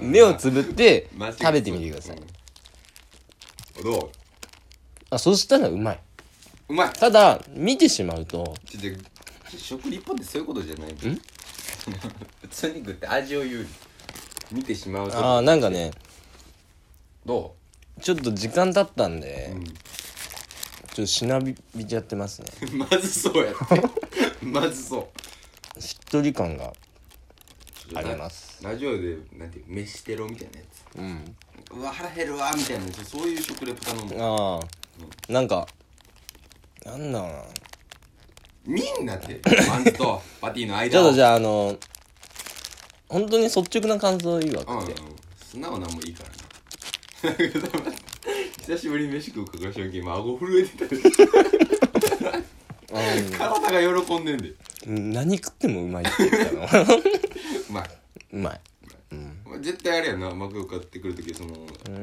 Speaker 2: 目をつぶって
Speaker 1: マジで
Speaker 2: 食べてみてください
Speaker 1: うんど
Speaker 2: あそしたらうまいう
Speaker 1: うまい
Speaker 2: ただ見てしまうと
Speaker 1: ちょっと食リポってそういうことじゃないん 普通に食って味を言う見てしまう
Speaker 2: あー
Speaker 1: と
Speaker 2: なんかね
Speaker 1: ど
Speaker 2: ちょっと時間経ったんで、
Speaker 1: ん
Speaker 2: ちょっとしなびちゃってますね
Speaker 1: う まずそうや ってまずそう
Speaker 2: しっとり感が
Speaker 1: ちょっと
Speaker 2: あ
Speaker 1: な
Speaker 2: ります
Speaker 1: ラジオでなんていう飯テロみたいなやつ
Speaker 2: うん
Speaker 1: うわ腹減るわみたいなちょそういう食レポ頼む
Speaker 2: ああなんかなんだろうな
Speaker 1: みんなってパンツ とパティの間
Speaker 2: ちょっとじ
Speaker 1: ゃ
Speaker 2: ゃあ、あの、本当に率直な感想いいわ
Speaker 1: うん、う
Speaker 2: っ
Speaker 1: ん
Speaker 2: て。、
Speaker 1: 素直なんもいいからな 久しぶりに飯食うかからしょんけ今顎震えてたよ体が喜んでんで
Speaker 2: うん何食ってもうまいって言 ったの。
Speaker 1: うまいう
Speaker 2: まい。
Speaker 1: まあ絶対あれやなマクド買ってくるときその、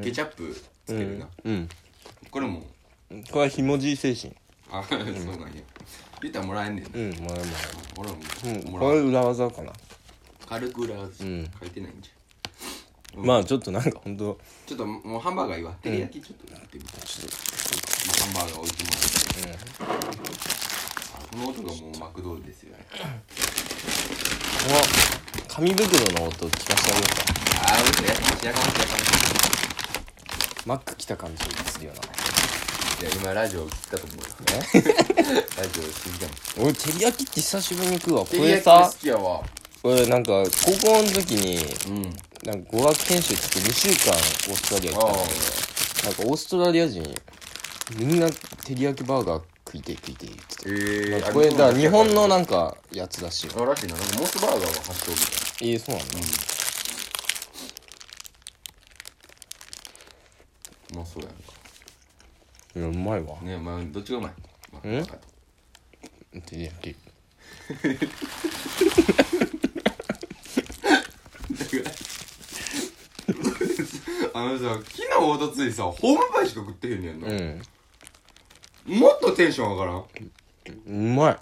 Speaker 1: ケチャップつけるな、
Speaker 2: うん。
Speaker 1: これも
Speaker 2: これはひもじい精神。
Speaker 1: あ、そうなんや言ったらもらえんねんな、
Speaker 2: うん、もらえも
Speaker 1: 俺も
Speaker 2: らえ。うん、
Speaker 1: も
Speaker 2: こ
Speaker 1: ら
Speaker 2: れ
Speaker 1: う
Speaker 2: 裏技かな。
Speaker 1: 軽く裏は書
Speaker 2: ん
Speaker 1: いてないんじゃん、
Speaker 2: まあちょっとなんか本当
Speaker 1: ちょっともうハンバーガーいいわ照り焼きちょっとやってみて、ちょっとまあハンバーガー置いてもらって、この音がもうマクドールですよね
Speaker 2: この紙袋の音聞かせてあげよう
Speaker 1: ああうるせえやかましいやかましいやかまし
Speaker 2: か。マック来た感じするよな。
Speaker 1: いいや今ラジオ聞ったと思うよ
Speaker 2: え
Speaker 1: ラジオ聞いたもん
Speaker 2: 俺、照り焼きって久しぶりに食うわ。こ
Speaker 1: 照り
Speaker 2: れ
Speaker 1: 焼きも
Speaker 2: さ
Speaker 1: 好、きやわ
Speaker 2: 俺なんか高校の時に、
Speaker 1: うん
Speaker 2: なんか語学研修って2週間オーストラリア行
Speaker 1: あ
Speaker 2: った
Speaker 1: あ
Speaker 2: んだけど、なんかオーストラリア人みんな照り焼きバーガー食いてえ食いてえ言って
Speaker 1: えー
Speaker 2: て
Speaker 1: あ
Speaker 2: これだから日本の
Speaker 1: あ
Speaker 2: なんかやつだしい
Speaker 1: らしいななんかモスバーガーが発祥みたいな
Speaker 2: えー、そうなんだ
Speaker 1: うまそうやんか
Speaker 2: いやうまいわ
Speaker 1: ねえまあどっちがうまい、まあ、
Speaker 2: ん
Speaker 1: わかった
Speaker 2: 照り焼き
Speaker 1: あのさ昨日おとついさホームパイしか食ってへんねやんな、
Speaker 2: うん
Speaker 1: もっとテンション上がらん
Speaker 2: うまいうまっ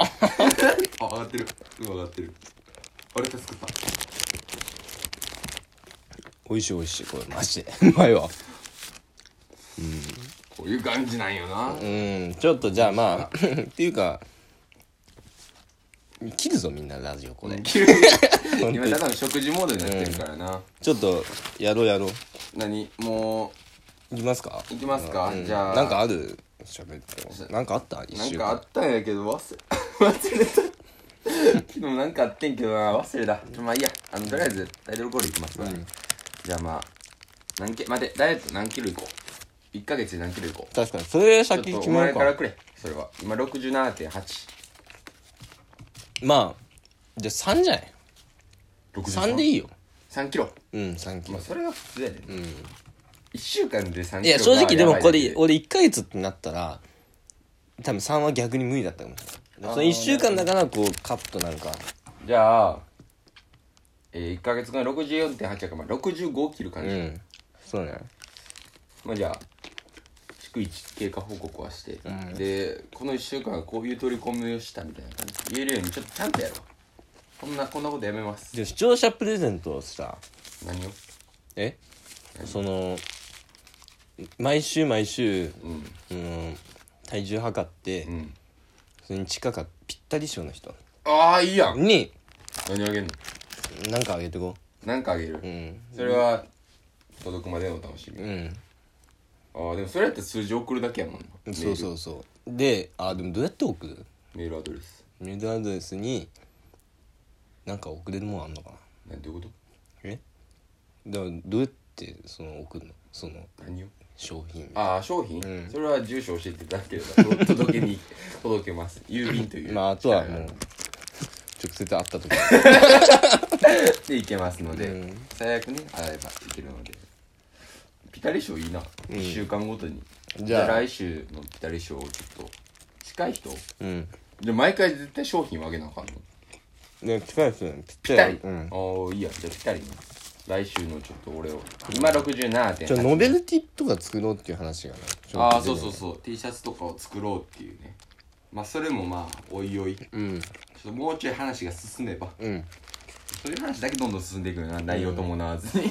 Speaker 1: あ上がってるうん上がってるあれ助かった
Speaker 2: おいしいおいしいこれマジでうまいわ
Speaker 1: こういう感じなんよな、
Speaker 2: うんちょっとじゃあまあ っていうか切るぞみんなラジオこれ
Speaker 1: 今多皆さん食事モードになってるからな、
Speaker 2: ちょっとやろうやろう
Speaker 1: 何も
Speaker 2: いきますか
Speaker 1: ういきますか、
Speaker 2: うん
Speaker 1: じゃあ
Speaker 2: なんかある喋ってなんかあった一
Speaker 1: なん
Speaker 2: 週
Speaker 1: かあ
Speaker 2: 間
Speaker 1: ったんやけど忘れ 忘れた昨日なんかあってんけどな忘れたまあいいやあのとりあえずタイトルコールいきますから、じゃあまあ何キ待てダイエット何キロいこう1ヶ月で何キロいこう
Speaker 2: 確かにそれ
Speaker 1: ちょっ
Speaker 2: 先
Speaker 1: と
Speaker 2: 決
Speaker 1: お
Speaker 2: めよ
Speaker 1: 前
Speaker 2: う
Speaker 1: から
Speaker 2: か
Speaker 1: くれそれは今67.863
Speaker 2: まあじゃあ3じゃない3でいいよ
Speaker 1: 3キロ
Speaker 2: うん3キ
Speaker 1: ま
Speaker 2: ロ
Speaker 1: あそれが普通やねん、1週間で3キロ
Speaker 2: いや正直でもこれ
Speaker 1: やばい
Speaker 2: 俺1ヶ月ってなったら多分3は逆に無理だったかもしれないその1週間だからこうカットなるか
Speaker 1: じゃあ、えー、1ヶ月間64.8やから、まあ、65キロか
Speaker 2: う
Speaker 1: な、
Speaker 2: んそうね
Speaker 1: まあじゃあ逐一経過報告はして、でこの1週間こういう取り込みをしたみたいな感じで言えるようにちょっとちゃんとやろうこんなこんなことやめます
Speaker 2: じゃあ視聴者プレゼントをさ
Speaker 1: 何を
Speaker 2: えその毎週毎週、
Speaker 1: うん
Speaker 2: うん、体重測って、
Speaker 1: うん
Speaker 2: それに近かぴったり賞の人
Speaker 1: ああいいやん
Speaker 2: に
Speaker 1: 何あげんの
Speaker 2: 何かあげてこ
Speaker 1: なんかあげる、
Speaker 2: ううん
Speaker 1: それは届くまでのお楽しみ、
Speaker 2: うん
Speaker 1: ああでもそれやったら数字送るだけやもんなメー
Speaker 2: そ
Speaker 1: ル
Speaker 2: うそうそうであでもどうやって送る
Speaker 1: メールアドレス
Speaker 2: メールアドレスになんか送れるもんあんのかな
Speaker 1: なんていうこと
Speaker 2: えだからどうやってその送るのその
Speaker 1: 何を
Speaker 2: 商品
Speaker 1: ああ商品、
Speaker 2: うん
Speaker 1: それは住所教えていただければと届け に届けます郵便という
Speaker 2: まああとはもう直接会った 時
Speaker 1: でいけますので、
Speaker 2: うん
Speaker 1: 最悪ね洗えばいけるのでピタリ賞いいな、一1週間ごとに
Speaker 2: じ
Speaker 1: じ
Speaker 2: ゃ
Speaker 1: ゃ
Speaker 2: あ
Speaker 1: あ来週のピタリ賞をちょっと近い人
Speaker 2: うん
Speaker 1: で毎回絶対商品をあげなあかんの
Speaker 2: で近いですねぴっ
Speaker 1: ピ
Speaker 2: た
Speaker 1: タ
Speaker 2: り
Speaker 1: リ、
Speaker 2: うん
Speaker 1: おーいいやじゃあピタリね来週のちょっと俺を今67点
Speaker 2: じゃあノベルティとか作ろうっていう話がね
Speaker 1: ああそうそう
Speaker 2: う
Speaker 1: そう T シャツとかを作ろうっていうねまあそれもまあおいおいちょ
Speaker 2: うん
Speaker 1: っともうちょい話が進めば
Speaker 2: うん
Speaker 1: そういう話だけどんどん進んでいくよな内容伴わずに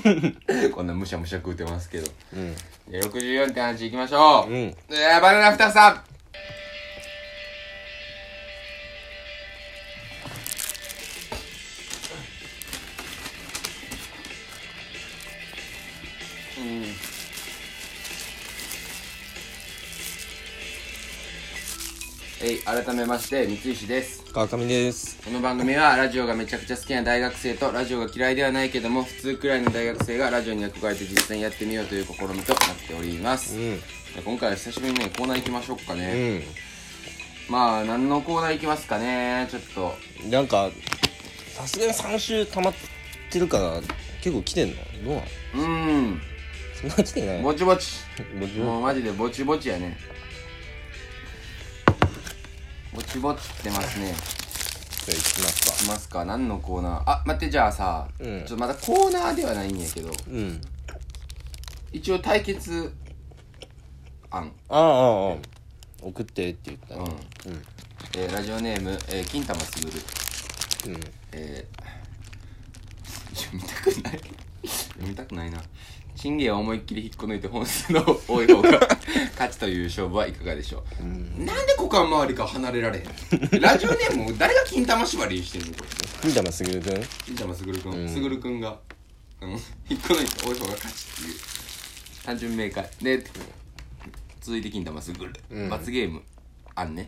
Speaker 1: こんなむしゃむしゃ食うてますけど
Speaker 2: うん
Speaker 1: じゃあ64.8いきましょう、
Speaker 2: うん
Speaker 1: えー、バナナ二さんえい改めまして三石です
Speaker 2: 川上です
Speaker 1: この番組はラジオがめちゃくちゃ好きな大学生とラジオが嫌いではないけども普通くらいの大学生がラジオに憧れて実際にやってみようという試みとなっております、
Speaker 2: うん
Speaker 1: 今回は久しぶりにねコーナー行きましょうか
Speaker 2: う
Speaker 1: ね、
Speaker 2: ん
Speaker 1: まあ何のコーナー行きますかねちょっと
Speaker 2: なんかさすがに3週溜まってるから結構来てんのどうなの
Speaker 1: うーん
Speaker 2: そんな来てない
Speaker 1: ぼちぼち
Speaker 2: ぼちぼち
Speaker 1: もうマジでぼちぼちやねぼちぼちってますね
Speaker 2: じゃあ行きますか
Speaker 1: いますか何のコーナーあ待ってじゃあさ、
Speaker 2: うん
Speaker 1: ちょっとまだコーナーではないんやけど
Speaker 2: うん
Speaker 1: 一応対決案
Speaker 2: ああああ送ってって言った
Speaker 1: う
Speaker 2: ね
Speaker 1: んえーラジオネーム、えー、金玉すぐる
Speaker 2: うんうん
Speaker 1: えー、読みたくない読みたくないなチンゲを思いっきり引っこ抜いて本数の多い方 が勝ちという勝負はいかがでしょう、なんで股間周りから離れられへんラジオネーム誰が金玉縛りにしてんのこれ
Speaker 2: 金玉すぐるくん
Speaker 1: 金玉すぐるくんすぐるくんが、うん、引っこ抜いて多い方が勝ちっていう単純明快で続いて金玉すぐる、罰ゲームあんね、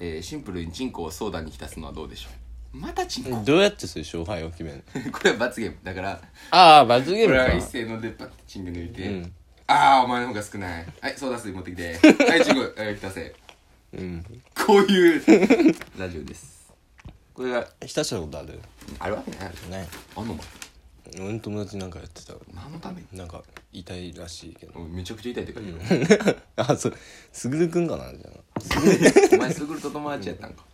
Speaker 1: えーシンプルにチンコをソーダに浸すのはどうでしょうまたチンコ
Speaker 2: どうやってそういう勝敗を決めるの
Speaker 1: これは罰ゲームだから
Speaker 2: ああ罰ゲー
Speaker 1: こ
Speaker 2: ム
Speaker 1: れ
Speaker 2: か
Speaker 1: は一斉の出っ張ってチンゲ抜いて、ああお前の方が少ないはいソーダ水持ってきて はいチンコえー来たせ
Speaker 2: うん
Speaker 1: こういうラジオですこれが
Speaker 2: 浸したことある
Speaker 1: あるわけない
Speaker 2: ね
Speaker 1: あんのお前
Speaker 2: 俺の友達なんかやってた
Speaker 1: 何のために
Speaker 2: なんか痛いらしいけど
Speaker 1: おいめちゃくちゃ痛いって書いてる
Speaker 2: あそうすぐるくんかなじゃあ
Speaker 1: お前すぐると友達やったんか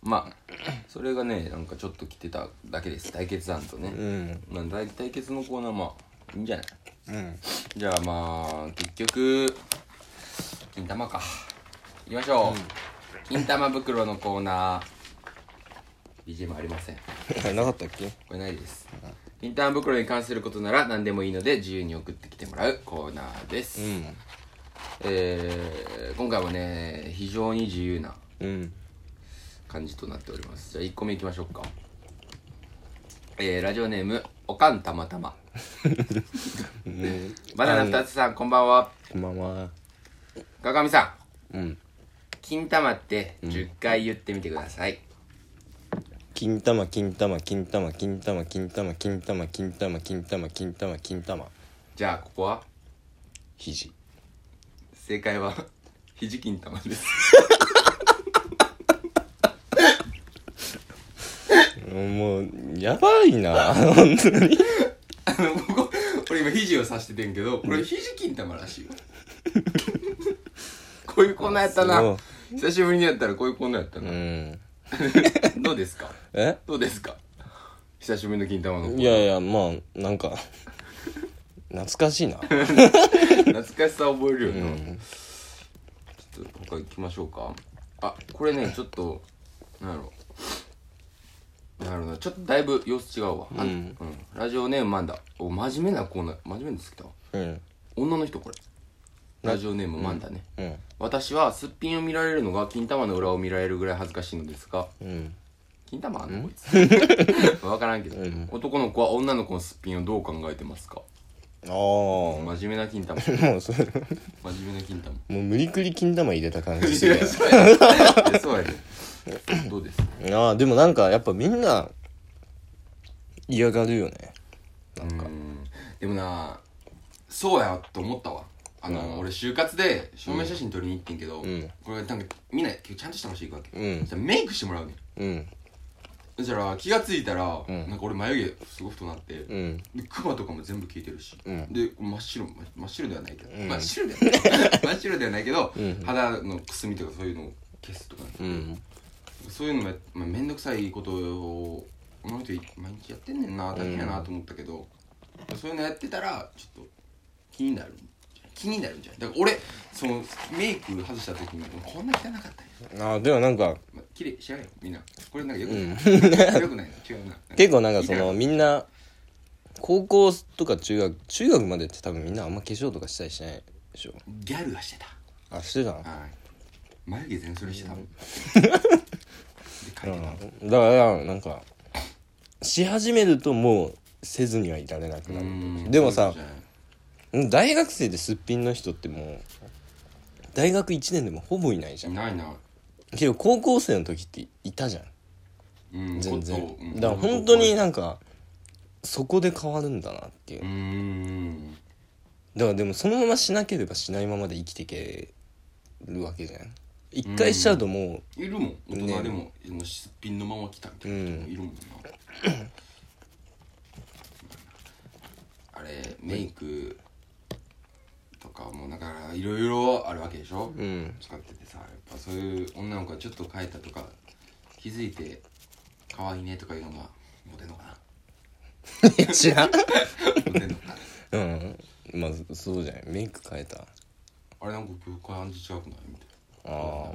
Speaker 1: まあそれがねなんかちょっと来てただけです対決案とね、
Speaker 2: うん
Speaker 1: まあ、大対決のコーナーまあいいんじゃない
Speaker 2: うん
Speaker 1: じゃあまあ結局金玉かいきましょう、金玉袋のコーナー BGM ありません
Speaker 2: あれなかったっけ
Speaker 1: これないです金玉袋に関することなら何でもいいので自由に送ってきてもらうコーナーです、
Speaker 2: うん
Speaker 1: えー、今回もね非常に自由な
Speaker 2: うん
Speaker 1: 感じとなっておりますじゃあ1個目いきましょうかえーラジオネームおかんたまた ま
Speaker 2: うん
Speaker 1: バナナ二つさんこんばんは
Speaker 2: こんばんは
Speaker 1: 川上さん
Speaker 2: うん
Speaker 1: 金玉って10回言ってみてください、
Speaker 2: 金玉金玉金玉金玉金玉金玉金玉金玉金玉金玉
Speaker 1: じゃあここは
Speaker 2: 肘
Speaker 1: 正解は ひじ金玉 です
Speaker 2: もうやばい な本当に
Speaker 1: あのここ俺今肘を刺しててんけどこれひじ金玉らしい よこういうコーナーやった
Speaker 2: すご
Speaker 1: ない久しぶりにやったらこういうコーナーやった
Speaker 2: う
Speaker 1: な、
Speaker 2: ん
Speaker 1: どうですか
Speaker 2: え
Speaker 1: どうですか久しぶりの金玉のコーナー
Speaker 2: いやいやまあなんか懐かしいな
Speaker 1: 懐かしさ覚えるよな、
Speaker 2: うん
Speaker 1: ちょっと他行きましょうかあこれねちょっとなんやろなるほどちょっとだいぶ様子違うわ、あ
Speaker 2: うん
Speaker 1: ラジオネームマンダお真面目なコーナー真面目ですけど
Speaker 2: うん
Speaker 1: 女の人これラジオネームマンダね、
Speaker 2: うん
Speaker 1: 私はすっぴんを見られるのが金玉の裏を見られるぐらい恥ずかしいのですが
Speaker 2: うん
Speaker 1: 金玉あんのこい つわからんけど、
Speaker 2: うん
Speaker 1: 男の子は女の子のすっぴんをどう考えてますか
Speaker 2: ああ も
Speaker 1: 真面目な金玉
Speaker 2: うそれ
Speaker 1: 真面目な金玉
Speaker 2: もう無理くり金玉入れた感じし
Speaker 1: い
Speaker 2: てる
Speaker 1: や そうやねそうやねどうです
Speaker 2: ああでもなんかやっぱみんな嫌がるよね
Speaker 1: なんかでもなそうやと思ったわあの、俺就活で証明写真撮りに行ってんけど、
Speaker 2: ん
Speaker 1: これなんかみんなちゃんとした場所行くわけ、
Speaker 2: うん
Speaker 1: そしたらメイクしてもらうねん
Speaker 2: うん
Speaker 1: そしたら気がついたら、
Speaker 2: ん
Speaker 1: なんか俺眉毛すごく太なって、
Speaker 2: うん
Speaker 1: でクマとかも全部消えてるし、
Speaker 2: うん
Speaker 1: で真っ白真っ白ではないけど、
Speaker 2: ん
Speaker 1: 真っ白ではない真っ白ではないけど、
Speaker 2: ん
Speaker 1: 肌のくすみとかそういうのを消すとかね、
Speaker 2: うん
Speaker 1: そういうのもや、まあ、めんどくさいことをこの人毎日やってんねんな大変やなと思ったけど、そういうのやってたらちょっと気になるんじゃない気になるんじゃないだから俺そのメイク外した時にこんな汚かったんや、
Speaker 2: ああでもなんか
Speaker 1: まあ、綺麗しやがよみんなこれなんかよく
Speaker 2: うん
Speaker 1: ない、よく ないな違うな
Speaker 2: 結構なんかその
Speaker 1: いい
Speaker 2: みんな高校とか中学中学までって多分みんなあんま化粧とかしたりしないでしょ
Speaker 1: ギャルはしてた
Speaker 2: あしてたの
Speaker 1: はい眉毛全剃りしてたもんで描いてた
Speaker 2: うんだからなんかし始めるともうせずにはいられなくな
Speaker 1: うん
Speaker 2: るでもさ
Speaker 1: そういうこと
Speaker 2: 大学生ですっぴんの人ってもう大学1年でもほぼいないじ
Speaker 1: じ
Speaker 2: ゃ
Speaker 1: ゃ
Speaker 2: ん
Speaker 1: ないないな
Speaker 2: けど高校生の時っていたじゃん
Speaker 1: うん
Speaker 2: 全
Speaker 1: ことうん
Speaker 2: 然だから本当になんかそこで変わるんだなっていう
Speaker 1: うーん
Speaker 2: だからでもそのまましなければしないままで生きていけるわけじゃん一回しちゃうとも
Speaker 1: いるもん大人
Speaker 2: ね
Speaker 1: でも、もうすっぴんのまま来たみたいな人もいるもんな、あれメイクとかもだからいろいろあるわけでしょ、
Speaker 2: う うん
Speaker 1: 使っててさやっぱそういう女の子がちょっと変えたとか気づいて可愛いねとかいうのがモテんのかな
Speaker 2: いや知らん
Speaker 1: モテんの かな
Speaker 2: うんまあそそうじゃないメイク変えた
Speaker 1: あれなんか今日感じ違くないみたい
Speaker 2: あ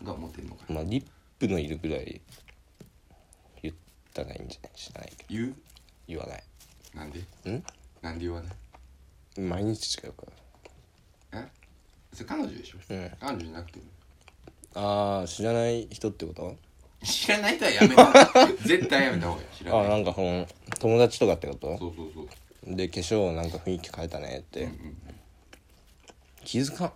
Speaker 1: ながモテんのか
Speaker 2: あ
Speaker 1: な
Speaker 2: まあリップのいるぐらい言ったらいいんじゃないしないけど
Speaker 1: 言う
Speaker 2: 言わない
Speaker 1: なんで
Speaker 2: ん
Speaker 1: なんで言わない
Speaker 2: 毎日違うから
Speaker 1: えそれ彼女でしょ、
Speaker 2: うん
Speaker 1: 彼女じゃなくても
Speaker 2: ああ知らない人ってこと
Speaker 1: 知らない人はやめた 絶対やめた方がいい知ら
Speaker 2: ああ
Speaker 1: な
Speaker 2: ないんかその友達とかってこと
Speaker 1: そうそうそう
Speaker 2: で化粧なんか雰囲気変えたねって、気づかん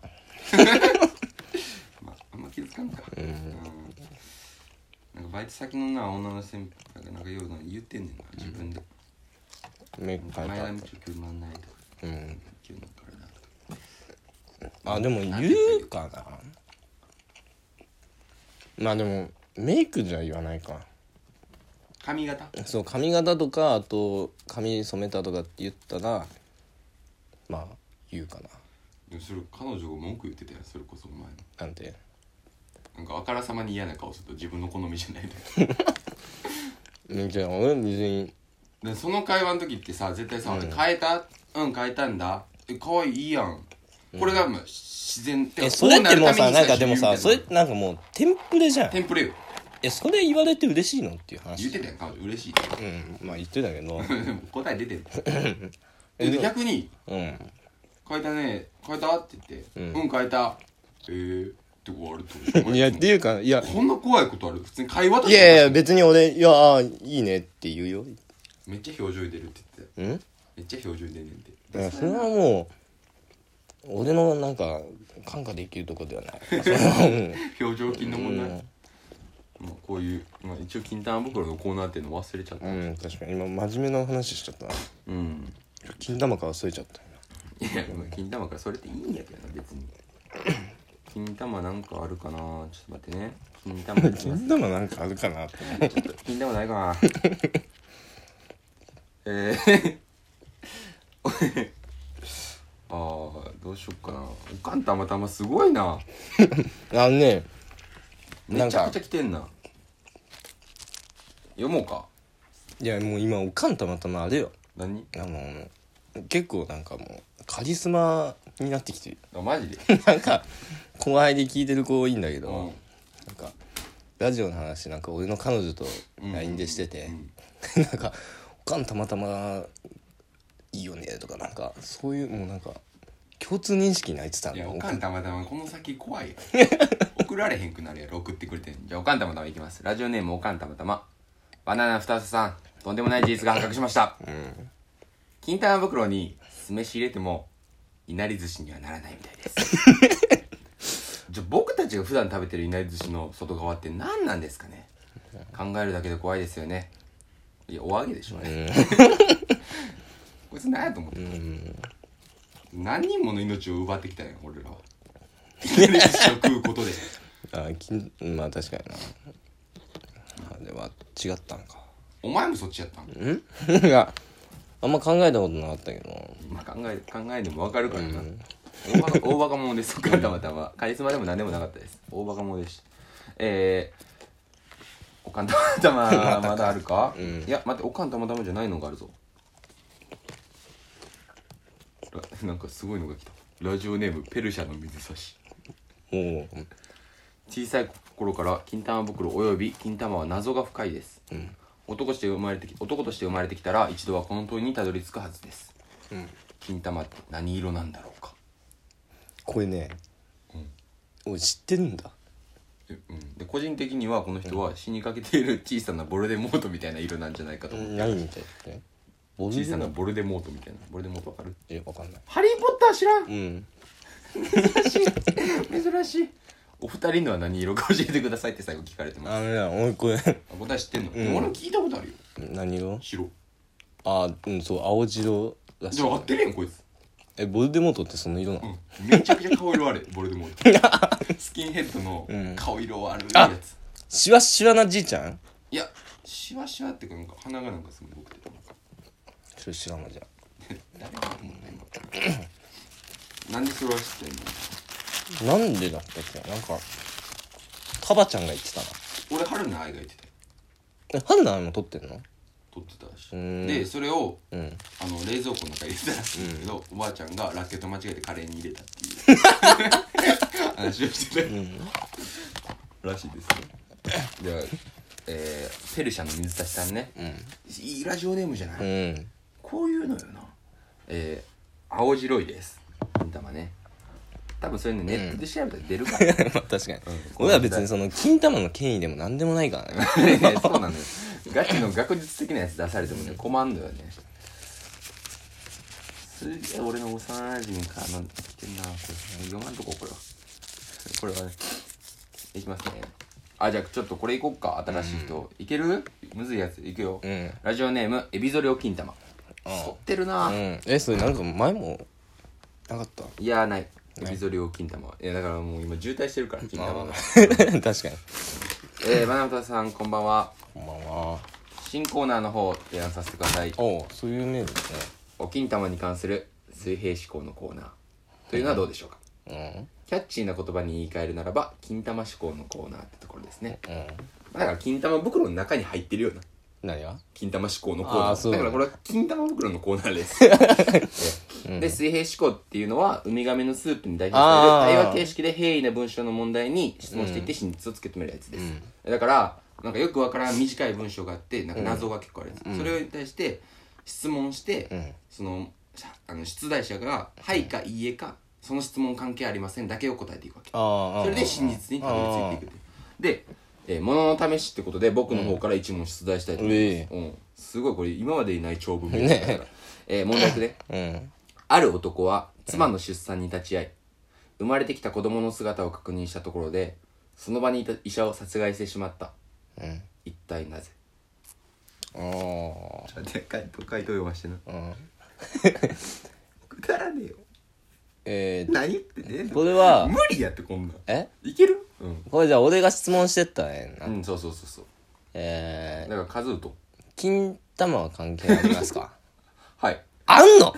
Speaker 1: まああんま気づかんかうん、なんかバイト先のな女の先輩がなんかような言ってんねんな自分で
Speaker 2: メイク変
Speaker 1: 前髪
Speaker 2: え
Speaker 1: ちょっと決まんないとか
Speaker 2: たうん
Speaker 1: 急なんかあれだとか
Speaker 2: あでも言うかなまあでもメイクじゃ言わないか
Speaker 1: 髪型
Speaker 2: そう髪型とかあと髪染めたとかって言ったらまあ言うかな
Speaker 1: でもそれ彼女が文句言ってたやんそれこそお前の
Speaker 2: なんて
Speaker 1: なんかあからさまに嫌な顔すると自分の好みじゃないで
Speaker 2: うんじゃあ俺別に
Speaker 1: でその会話の時ってさ絶対さ「変えたうん変えたんだえ可愛いいいやん」これがまあ自然って
Speaker 2: えそれってもう
Speaker 1: こ
Speaker 2: さ
Speaker 1: うるために
Speaker 2: なんかでも
Speaker 1: 最
Speaker 2: さ
Speaker 1: 初
Speaker 2: そ
Speaker 1: 言
Speaker 2: れ
Speaker 1: うみたいな
Speaker 2: なんかもうテンプレじゃん
Speaker 1: テンプレよ
Speaker 2: えそれ言われて嬉しいのっていう
Speaker 1: 言
Speaker 2: 話
Speaker 1: ってたやん 彼女嬉しい
Speaker 2: うんまあ言ってたけ ど
Speaker 1: 答え出て るで逆に
Speaker 2: うん
Speaker 1: 「変えたね変えた?」って言って「うん、変えた」えー、って終わるってこと
Speaker 2: いやっていうかいや
Speaker 1: こんな怖いことある普通に会話と
Speaker 2: い
Speaker 1: して
Speaker 2: やいや別に俺いやあーいいねって言うよ
Speaker 1: めっちゃ表情出るって言ってた
Speaker 2: うん
Speaker 1: めっちゃ表情出んねんて
Speaker 2: いやそれはもう俺のなんか感化できるとこではないそれはもう
Speaker 1: 表情筋の問題、
Speaker 2: うん
Speaker 1: まあ、こういう、まあ、一応金玉袋のコーナーっていうの忘れちゃった
Speaker 2: うん確かに今真面目な話しちゃったな
Speaker 1: うん
Speaker 2: 金玉から忘れちゃった今
Speaker 1: いやまあ金玉からそれっていいんやけどな 別に金玉なんかあるかなちょっと待ってね金玉ちょっ
Speaker 2: 金玉なんかあるかなって
Speaker 1: と金玉ないかなえーあーどうしよっかなおかんたまたますごいな
Speaker 2: あのねな
Speaker 1: め
Speaker 2: ん
Speaker 1: ちゃ
Speaker 2: か
Speaker 1: くちゃ来てんな読もうか
Speaker 2: いやもう今おかんたまたまあれよ
Speaker 1: 何
Speaker 2: あの結構なんかもうカリスマになってきてる
Speaker 1: あマジで、
Speaker 2: なんか後輩で聞いてる子多いんだけど、
Speaker 1: うん
Speaker 2: なんかラジオの話なんか俺の彼女と LINE でしてて、
Speaker 1: うん
Speaker 2: なんか「おかんたまたまいいよね」とかなんかそういうもうなんか共通認識になってた
Speaker 1: いや
Speaker 2: の
Speaker 1: おかんたまたまこの先怖いよ 送られへんくなるやろ送ってくれてんじゃあおかんたまたまいきますラジオネームおかんたまたまバナナ二つさんとんでもない事実が発覚しました、金玉袋に酢飯入れてもいなり寿司にはならないみたいです じゃあ僕たちが普段食べてるいなり寿司の外側って何なんですかね考えるだけで怖いですよねいやお揚げでしょうね、 こいつ何やと思ってた、何人もの命を奪ってきたんや俺らはいなり寿司を食うことで
Speaker 2: あきんまあ確かになあれは違ったんか
Speaker 1: お前もそっちやったん
Speaker 2: ん いやあんま考えたことなかったけど
Speaker 1: まあ考え考えでも分かるからな、大バカ大バカ者ですそっからたまたまカリスマでも何でもなかったです大バカ者でしたえー、おかんたまた ままだあるか、いや待っておかんたまたまじゃないのがあるぞらなんかすごいのが来たラジオネームペルシャの水差し
Speaker 2: もう
Speaker 1: 小さい頃から金玉袋および金玉は謎が深いです、男して生まれてき男として生まれてきたら一度はこの問いにたどり着くはずです、金玉って何色なんだろうか
Speaker 2: これね、俺知ってるんだ
Speaker 1: で,、うん、で個人的にはこの人は死にかけている小さなボルデモートみたいな色なんじゃないかと思う、
Speaker 2: 何みたいってボ
Speaker 1: 小
Speaker 2: ル
Speaker 1: さな
Speaker 2: な
Speaker 1: ボルデモートみたいなボルデモートわかる
Speaker 2: えわかんない
Speaker 1: ハリー・ポッター知らん
Speaker 2: うん
Speaker 1: 珍しいお二人のは何色か教えてくださいって最後聞かれてます
Speaker 2: あのね俺これ
Speaker 1: あ答え知ってんの、でも俺も聞いたことあるよ
Speaker 2: 何色
Speaker 1: 白
Speaker 2: あうんそう青白らし
Speaker 1: じ
Speaker 2: い
Speaker 1: ゃあ合ってるやんこいつ
Speaker 2: えボルデモートってその色なの、
Speaker 1: うんめちゃくちゃ顔色 悪いボルデモートスキンヘッドの顔色悪いやつ、
Speaker 2: シワシワなじいちゃん
Speaker 1: いやシワシワってかなんか鼻がなんかすごい僕て
Speaker 2: それ知らんわじゃ
Speaker 1: 誰かと思った今なんでそれは知ってんの
Speaker 2: あなんでだったっけなんかカバちゃんが言ってたな
Speaker 1: 俺春菜愛が言ってたよ
Speaker 2: え春菜も撮ってんの
Speaker 1: 撮ってたし
Speaker 2: ん
Speaker 1: でそれを
Speaker 2: うん
Speaker 1: あの冷蔵庫の中に入れたらしいんだけど、おばあちゃんがラッキョと間違えてカレーに入れたっていう 話をしてた、らしいですねではえー、ペルシャの水差しさんね、いいラジオネームじゃない、
Speaker 2: うん
Speaker 1: こういうのよなえー、青白いです金玉ね多分そういうのネットで調べたら出る から、
Speaker 2: まあ確かに、俺は別にその金玉の権威でも何でもないからね
Speaker 1: そうなのよガチの学術的なやつ出されてもね困んのよねすげえ俺の幼馴染からの来てんなこれ読まんとここれはこれはねいきますねあじゃあちょっとこれいこっか新しい人、いけるむずいやついくよ、
Speaker 2: うん
Speaker 1: ラジオネームエビゾリオ金玉反ってるな、
Speaker 2: うんえそれなんか前もなかった
Speaker 1: いやないエビゾリオ金玉いやだからもう今渋滞してるから金玉が
Speaker 2: 確かに
Speaker 1: えー、マナブタさんこんばんは
Speaker 2: こんばんは
Speaker 1: 新コーナーの方を提案させてください
Speaker 2: おうそういうメールです
Speaker 1: お金玉に関する水平思考のコーナーというのはどうでしょうか、
Speaker 2: ね
Speaker 1: キャッチーな言葉に言い換えるならば金玉思考のコーナーってところですね、
Speaker 2: うんうん
Speaker 1: だから金玉袋の中に入ってるような
Speaker 2: 何が
Speaker 1: 金玉思考のコーナ
Speaker 2: あー
Speaker 1: ー
Speaker 2: そう
Speaker 1: だ
Speaker 2: だ
Speaker 1: からこ
Speaker 2: ね
Speaker 1: れは金玉袋のコーナーです でで水平思考っていうのはウミガメのスープに代表される
Speaker 2: あー
Speaker 1: 対話形式で平易な文章の問題に質問していって真実を突き止めるやつです、だからなんかよくわからん短い文章があってなんか謎が結構あるやつ、それに対して質問して、そのさあの出題者が「はい」か「いいえ」か「その質問関係ありません」だけを答えていくわけ
Speaker 2: ああ
Speaker 1: それで真実にたどり着いていくっていうでえー、物の試しってことで僕の方から一問出題したいと思います、うんすごいこれ今までにない長文みたいな
Speaker 2: ね
Speaker 1: えー問題いくね
Speaker 2: うん
Speaker 1: ある男は妻の出産に立ち会い、生まれてきた子供の姿を確認したところで、その場にいた医者を殺害してしまった。
Speaker 2: うん
Speaker 1: 一体なぜち
Speaker 2: あ
Speaker 1: ょっと待って回答、回答読ましてな。
Speaker 2: あうん
Speaker 1: くだらねえよ。
Speaker 2: えー、
Speaker 1: 何言ってね
Speaker 2: これは
Speaker 1: 無理やってこんなん。
Speaker 2: え
Speaker 1: いけるうん。
Speaker 2: これじゃあ俺が質問してったらええな、
Speaker 1: うん、そうそうそうそう。
Speaker 2: え
Speaker 1: だから数うと。
Speaker 2: ー、金玉は関係ありますか
Speaker 1: はい。
Speaker 2: あんの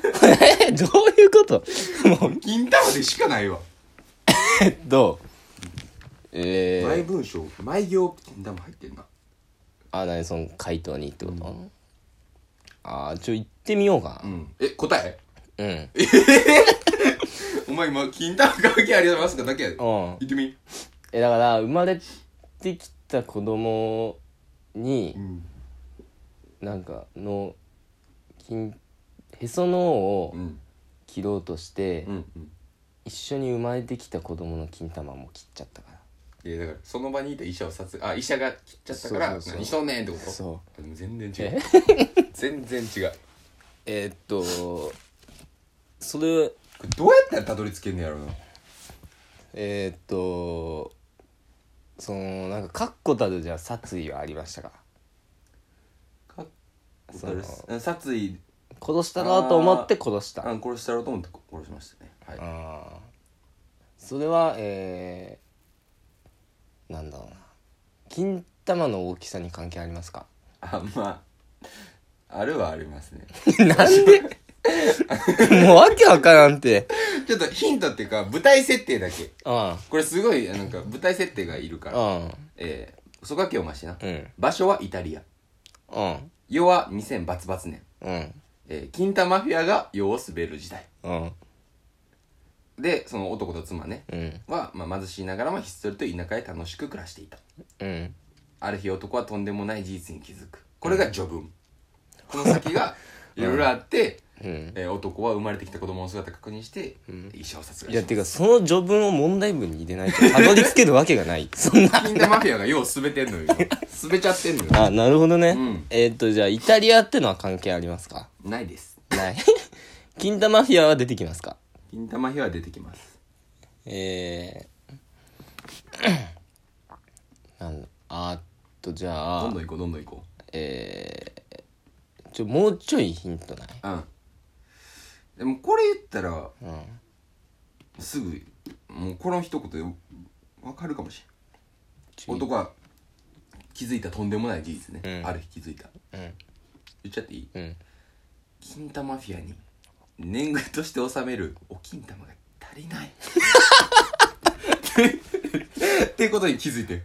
Speaker 2: えどういうこともう
Speaker 1: 金玉でしかないわ。
Speaker 2: えっとえ
Speaker 1: 前
Speaker 2: ー、
Speaker 1: 文章、毎行金玉入ってんな。
Speaker 2: あ何その回答にってこと、ああちょ行ってみようか
Speaker 1: うん。え、答え
Speaker 2: うん、
Speaker 1: お前今、金玉関係ありますかだけやで。
Speaker 2: うん
Speaker 1: 行ってみ。
Speaker 2: えだから生まれてきた子供に
Speaker 1: ん。
Speaker 2: なんかの金へその緒を
Speaker 1: うん。
Speaker 2: 切ろうとして、
Speaker 1: うん。うん。
Speaker 2: 一緒に生まれてきた子供の金玉も切っちゃったか
Speaker 1: いやだからその場にいた医者を殺あ医者が切っちゃったから
Speaker 2: そうそうそう
Speaker 1: 何しとんねんってこ
Speaker 2: ら
Speaker 1: と
Speaker 2: そう
Speaker 1: あでも全然違う 全然違う
Speaker 2: えーっとそれ
Speaker 1: これどうやったらたどり着けんねやろうな
Speaker 2: えーっとそのなんか確固たるじゃあ殺意はありましたか
Speaker 1: かっこ
Speaker 2: そう
Speaker 1: たる殺意
Speaker 2: 殺したなと思って殺した
Speaker 1: あ殺したろうと思って殺しましたねはい
Speaker 2: あーそれはえー、なんだろうな金玉の大きさに関係あり ますか
Speaker 1: あまああるはありますね
Speaker 2: なん でもうわけわからんって
Speaker 1: ちょっとヒントっていうか舞台設定だけ
Speaker 2: あ
Speaker 1: これすごいなんか舞台設定がいるか
Speaker 2: あ
Speaker 1: ら
Speaker 2: あ
Speaker 1: えー、そがけおましな、
Speaker 2: あうん
Speaker 1: 場所はイタリア
Speaker 2: うん
Speaker 1: 世は2000バツバツ年、
Speaker 2: うん
Speaker 1: えー、金玉フィアが世を滑る時代
Speaker 2: うん
Speaker 1: でその男と妻ね
Speaker 2: うん
Speaker 1: は、まあ、貧しいながらもひっそりと田舎へ楽しく暮らしていた
Speaker 2: うん
Speaker 1: ある日男はとんでもない事実に気づくこれが序文、この先 がいろいろあって、
Speaker 2: うん
Speaker 1: えー男は生まれてきた子供の姿を確認して、医者を殺害
Speaker 2: いや
Speaker 1: して
Speaker 2: かその序文を問題文に入れないとたどり着けるわけがない そんな
Speaker 1: 金田マフィアがよう滑ってんの よ滑っちゃってんのよ
Speaker 2: あなるほどね、
Speaker 1: うん
Speaker 2: えーっとじゃあイタリアってのは関係ありますか
Speaker 1: ないです
Speaker 2: ない金玉フィアは出てきますか
Speaker 1: 金田マフィアは出てきます
Speaker 2: えー、 なんあーっとじゃ
Speaker 1: ど
Speaker 2: あ
Speaker 1: んどん行こうどんどん行こ
Speaker 2: えー、ちょもうちょいヒントない、
Speaker 1: ううんでもこれ言ったら
Speaker 2: うん、
Speaker 1: すぐもうこの一言で分かるかもしれん
Speaker 2: ちょい
Speaker 1: 男は気づいたとんでもない事実ね、
Speaker 2: うん
Speaker 1: ある日気づいた
Speaker 2: うん
Speaker 1: 言っちゃっていい
Speaker 2: うん
Speaker 1: 金玉フィアに年貢として納めるお金玉が足りない っていうことに気づいて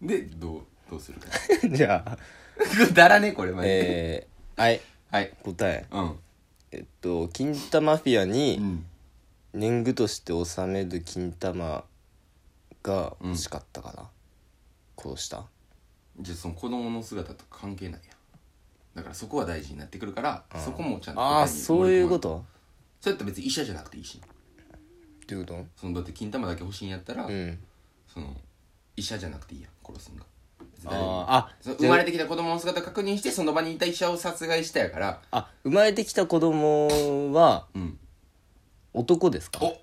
Speaker 1: でどうどうするか
Speaker 2: うん じゃあ
Speaker 1: くだらねえこれマジで
Speaker 2: えー、はい
Speaker 1: はい
Speaker 2: 答え
Speaker 1: うん
Speaker 2: えっと金玉フィア
Speaker 1: う
Speaker 2: に
Speaker 1: ん
Speaker 2: 年貢として納める金玉が欲しかったから、殺した
Speaker 1: じゃあその子供の姿と関係ないやんだからそこは大事になってくるから、そこもちゃんと
Speaker 2: ああーそういうことと
Speaker 1: それって別に医者じゃなくていいし
Speaker 2: どういうこ
Speaker 1: そのだって金玉だけ欲しいんやったら、
Speaker 2: とうん
Speaker 1: その医者じゃなくていいやん殺すんが別に誰も
Speaker 2: あーあ
Speaker 1: その生まれてきた子供の姿確認してその場にいた医者を殺害したやから
Speaker 2: あ生まれてきた子供は
Speaker 1: うん
Speaker 2: 男ですか
Speaker 1: お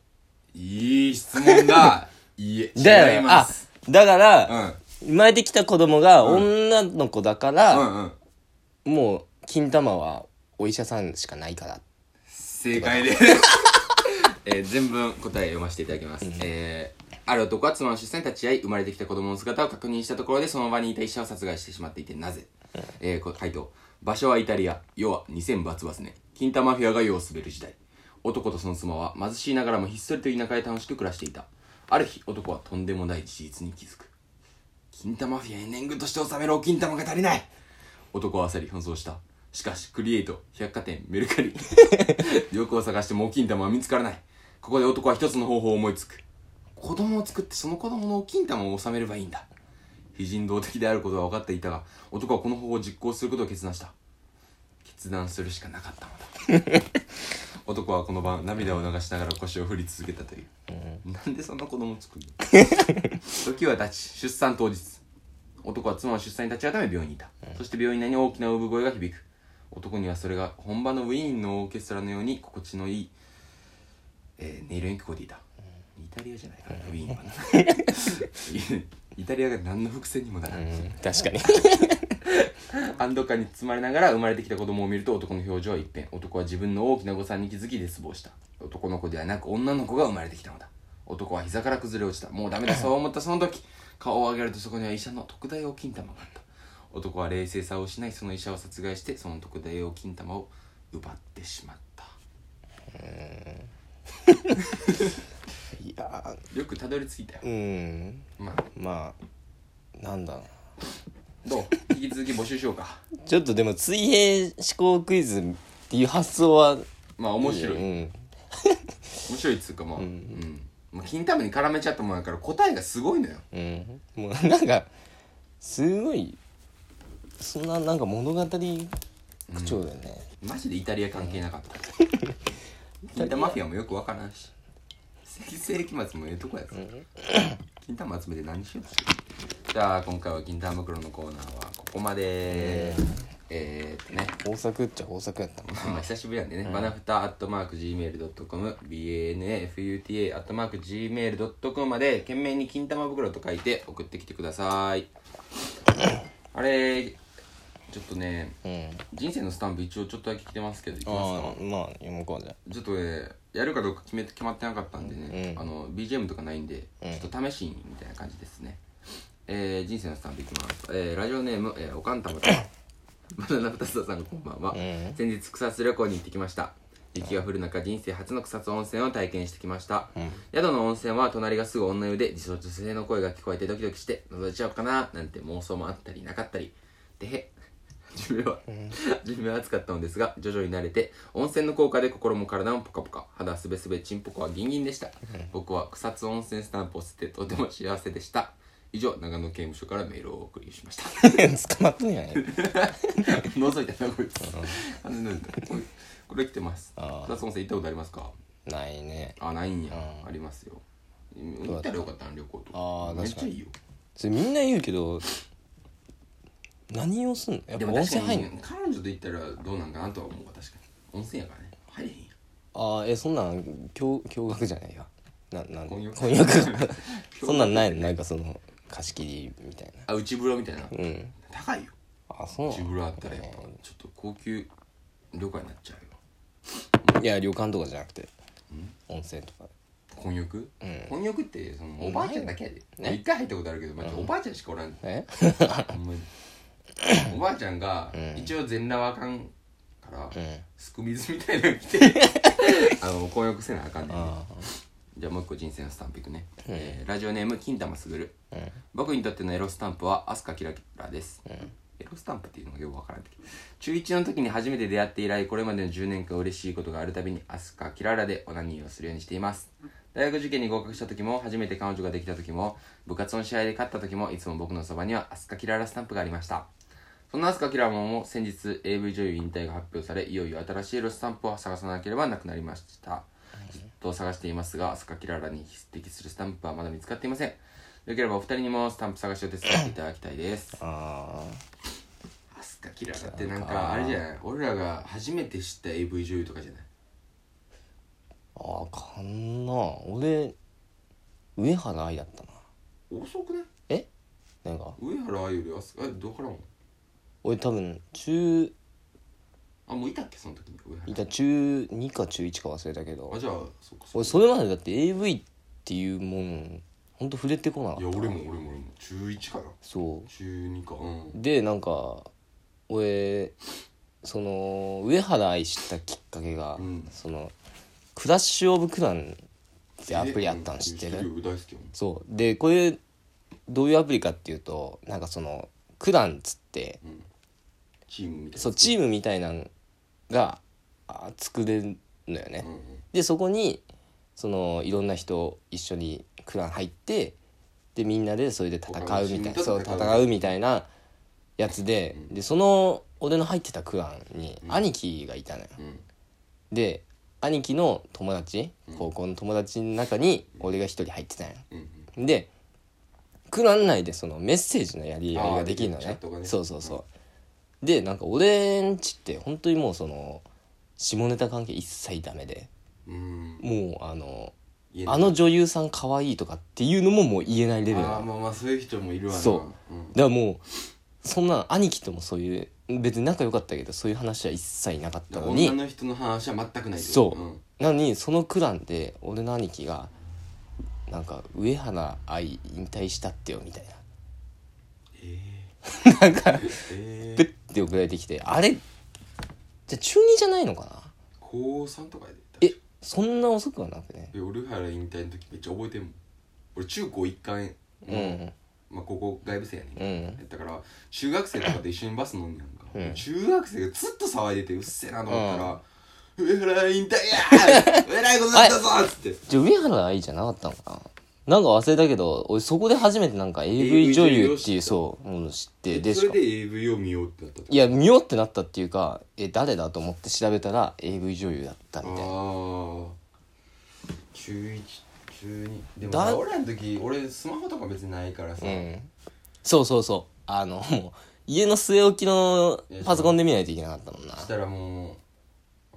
Speaker 1: いい質問だいいえ
Speaker 2: だ
Speaker 1: 違い
Speaker 2: よ
Speaker 1: ま
Speaker 2: あ
Speaker 1: す
Speaker 2: だから、
Speaker 1: うん
Speaker 2: 生まれてきた子供が女の子だか
Speaker 1: う
Speaker 2: ら、
Speaker 1: んうん
Speaker 2: もう金玉はお医者さんしかないから
Speaker 1: 正解ですえー全文答え読ませていただきます、えーある男は妻の出産に立ち会い生まれてきた子供の姿を確認したところでその場にいた医者を殺害してしまっていてなぜ、えーこ回答場所はイタリア要は2000バツバツね金玉フィアが世を滑る時代男とその妻は貧しいながらもひっそりと田舎へ楽しく暮らしていたある日男はとんでもない事実に気づく金玉フィアに年貢として納めるお金玉が足りない男は焦り奔走したしかしクリエイト百貨店メル カリよくを探してもお金玉は見つからないここで男は一つの方法を思いつく子供を作ってその子供のお金玉を納めればいいんだ非人道的であることは分かっていたが男はこの方法を実行することを決断した決断するしかなかったのだ 男はこの晩涙を流しながら腰を振り続けた という、なんでそんな子供を作るの時は経ち出産当日男は妻の出産に立ち会うため病院にいた、そして病院内に大きな産声が響く男にはそれが本場のウィーンのオーケストラのように心地のいい、えー音色に聞こえていた、イタリアじゃないからなウィーンはなイタリアが何の伏線にもなら
Speaker 2: う
Speaker 1: ない、
Speaker 2: ん確かに
Speaker 1: 安堵感に包まれながら生まれてきた子供を見ると男の表情は一変男は自分の大きな誤算に気づき絶望した男の子ではなく女の子が生まれてきたのだ男は膝から崩れ落ちたもうダメだそう思ったその時顔を上げるとそこには医者の特大用金玉があった男は冷静さを失いその医者を殺害してその特大用金玉を奪ってしまった
Speaker 2: いや
Speaker 1: よくたどり着いたよ
Speaker 2: ーうん
Speaker 1: まあ
Speaker 2: まあなんだろうな
Speaker 1: どう引き続き募集しようか
Speaker 2: ちょっとでも水平思考クイズっていう発想は
Speaker 1: まあ面白い
Speaker 2: うん
Speaker 1: 面
Speaker 2: うん
Speaker 1: 白いっつうかまあうん、まあ、金玉に絡めちゃったもんやから答えがすごいのよ
Speaker 2: うん、もうなんかすごいそんななんか物語口調だよね、
Speaker 1: マジでイタリア関係なかった。金玉マフィアもよくわからんし。世紀末もええとこやぞ。金玉集めて何しようじゃあ今回は金玉袋のコーナーはここまで。えーっとね。
Speaker 2: 豊作っちゃ豊作やったもん
Speaker 1: まあ久しぶりなんでね、バナフタアットマーク Gmail.com banafuta アットマーク Gmail.com まで懸命に金玉袋と書いて送ってきてくださいあれちょっとね
Speaker 2: うん
Speaker 1: 人生のスタンプ一応ちょっとだけ来てますけどいきますか
Speaker 2: ああまあ読もうかじゃ
Speaker 1: ちょっとね、やるかどうか決め決まってなかったんでね、
Speaker 2: うん
Speaker 1: あの BGM とかないんで、
Speaker 2: うん
Speaker 1: ちょっと試しにみたいな感じですね、えー、人生のスタンプいきます、えー、ラジオネーム、えー、おかんたまたまバナナふたすさんこんばんは、
Speaker 2: ん
Speaker 1: 先日草津旅行に行ってきました雪が降る中人生初の草津温泉を体験してきました、宿の温泉は隣がすぐ女湯で自女性の声が聞こえてドキドキして覗いちゃおうかななんて妄想もあったりなかったりでへ初めは、初めは暑かったのですが徐々に慣れて温泉の効果で心も体もポカポカ肌すべすべちんぽこはギンギンでした、僕は草津温泉スタンプを捨ててとても幸せでした以上長野刑務所からメールをお送りしました
Speaker 2: ん 捕まったんやね
Speaker 1: 覗いたなこいつ完全に覗いたこれこれ来てます
Speaker 2: あー
Speaker 1: 草津温泉行ったことありますか
Speaker 2: ないね
Speaker 1: あないんや
Speaker 2: う
Speaker 1: ありますよ
Speaker 2: どう
Speaker 1: 行
Speaker 2: だ
Speaker 1: っ
Speaker 2: った
Speaker 1: たらよかったな旅行と
Speaker 2: あー
Speaker 1: めっ
Speaker 2: 確
Speaker 1: ち
Speaker 2: か
Speaker 1: ゃ
Speaker 2: に
Speaker 1: いいよ
Speaker 2: それみんな言うけど何をすんのやっ
Speaker 1: で
Speaker 2: ぱ
Speaker 1: も
Speaker 2: 温
Speaker 1: 確か
Speaker 2: 泉入んの
Speaker 1: に彼女と行ったらどうなんかなとは思うわ確かに温泉やからね入れへんやん
Speaker 2: ああえそんなん驚驚愕じゃないよななん
Speaker 1: 婚約
Speaker 2: 婚約 そんなんないのなんかその貸し切りみたいな
Speaker 1: あ内風呂みたいな
Speaker 2: うん
Speaker 1: 高いよ
Speaker 2: あそうな
Speaker 1: 内風呂あったらやっぱ
Speaker 2: の
Speaker 1: ちょっと高級旅館になっちゃうよ
Speaker 2: いや旅館とかじゃなくて温泉とか
Speaker 1: 混浴
Speaker 2: うん
Speaker 1: 混浴ってそのおばあちゃんだけやで
Speaker 2: ね
Speaker 1: 俺一回入ったことあるけどマジおばあちゃんしかおらん
Speaker 2: え
Speaker 1: ほんまに おばあちゃんが一応全裸はあかんから
Speaker 2: うん
Speaker 1: すく水みたいなの着 てあの混浴せなあかんねんね
Speaker 2: あ
Speaker 1: じゃあもう一個人生のスタンプいくね、えーラジオネーム金玉すぐる
Speaker 2: あうん
Speaker 1: 僕にとってのエロスタンプはアスカキラキラです、エロスタンプっていうのがよくわからんけど中1の時に初めて出会って以来これまでの10年間嬉しいことがあるたびにアスカキララでオナニーをするようにしています大学受験に合格した時も初めて彼女ができた時も部活の試合で勝った時もいつも僕のそばにはアスカキララスタンプがありましたそんなアスカキララも先日 AV 女優引退が発表されいよいよ新しいエロスタンプを探さなければなくなりましたずっと探していますがアスカキララに匹敵するスタンプはまだ見つかっていませんよければお二人にもスタンプ探しを手伝っていただきたいです
Speaker 2: あ
Speaker 1: アスカキララってなんかあれじゃない俺らが初めて知った AV 女優とかじゃない
Speaker 2: ああかんな俺上原愛だったな
Speaker 1: 遅くない
Speaker 2: えなんか
Speaker 1: 上原愛よりアスカえどこからも
Speaker 2: 俺多分中
Speaker 1: あもういたっけその時に上
Speaker 2: い
Speaker 1: 原
Speaker 2: た中2か中1か忘れたけど
Speaker 1: あじゃあそっかそっ
Speaker 2: 俺
Speaker 1: か
Speaker 2: それまでだって AV っていうもんほんと触れてこなかっ
Speaker 1: いや
Speaker 2: た
Speaker 1: 俺も俺も俺も中1かな
Speaker 2: そう
Speaker 1: 中2かうん
Speaker 2: でなんか俺その上原愛知ったきっかけが、
Speaker 1: うん
Speaker 2: そのクラッシュ・オブ・クランってアプリあったの知って
Speaker 1: うん
Speaker 2: る
Speaker 1: 知ってよ大好きよ
Speaker 2: そうでこれどういうアプリかっていうとなんかそのクランっつって
Speaker 1: うんチームみたいな
Speaker 2: そうチームみたいなのがあ作れるのよね
Speaker 1: うんうん
Speaker 2: でそこにそのいろんな人一緒にクラン入ってでみんなでそれで戦うみたい
Speaker 1: 他のチームと
Speaker 2: なそう
Speaker 1: 戦う
Speaker 2: 戦うみたいなやつで
Speaker 1: うん
Speaker 2: でその俺の入ってたクランに
Speaker 1: うん
Speaker 2: 兄貴がいたのよ
Speaker 1: うん
Speaker 2: で兄貴の友達
Speaker 1: うん
Speaker 2: 高校の友達の中に俺が一人入ってたのよ
Speaker 1: うんうん
Speaker 2: でくなんないでそのメッセージのやり合いができるの
Speaker 1: あーチャッ
Speaker 2: ね
Speaker 1: トがね
Speaker 2: そうそうそうでなんか俺んちって本当にもうその下ネタ関係一切ダメで
Speaker 1: うん
Speaker 2: もうあの
Speaker 1: 言えない
Speaker 2: あの女優さん可愛いとかっていうのももう言えないレベルなの
Speaker 1: あーまあまあそういう人もいるわな
Speaker 2: そ
Speaker 1: ん
Speaker 2: だからもうそんな兄貴ともそういう別に仲良かったけどそういう話は一切なかったの
Speaker 1: 女
Speaker 2: に
Speaker 1: の人の話は全くないってこと
Speaker 2: そう、 なのにそのクランで俺の兄貴がなんか上原愛引退したってよみたいななんか
Speaker 1: え
Speaker 2: プ
Speaker 1: ー、
Speaker 2: ッて送られてきてあれじゃあ中2じゃないのかな
Speaker 1: 高3とかやで
Speaker 2: えそんな遅くはなくね
Speaker 1: え俺原引退の時めっちゃ覚えてんもん俺中高一貫
Speaker 2: うんうん
Speaker 1: まあ高校外部生やねん
Speaker 2: う
Speaker 1: けど、
Speaker 2: ん
Speaker 1: やったから中学生とかと一緒にバス乗んねやんか、
Speaker 2: うん
Speaker 1: 中学生がずっと騒いでてうっせえなと思ったら「上原引退やーえらいことだったぞ!」っつ って
Speaker 2: じゃあ上原愛じゃなかったのかななんか忘れたけど俺そこで初めてなんか AV
Speaker 1: AV
Speaker 2: 女
Speaker 1: 女
Speaker 2: 優
Speaker 1: 優
Speaker 2: っていうそうものを知って
Speaker 1: で
Speaker 2: で
Speaker 1: そ
Speaker 2: し
Speaker 1: れ
Speaker 2: か
Speaker 1: で AV を見ようってなったって
Speaker 2: いや見ようってなったっていうかえ誰だと思って調べたら AV 女優だったみたいな
Speaker 1: ああ中一中二でも
Speaker 2: だ
Speaker 1: さ俺らの時俺スマホとか別にないからさ、
Speaker 2: うんそうそうそうあのもう家の据え置きのパソコンで見ないといけなかったもんな
Speaker 1: したらも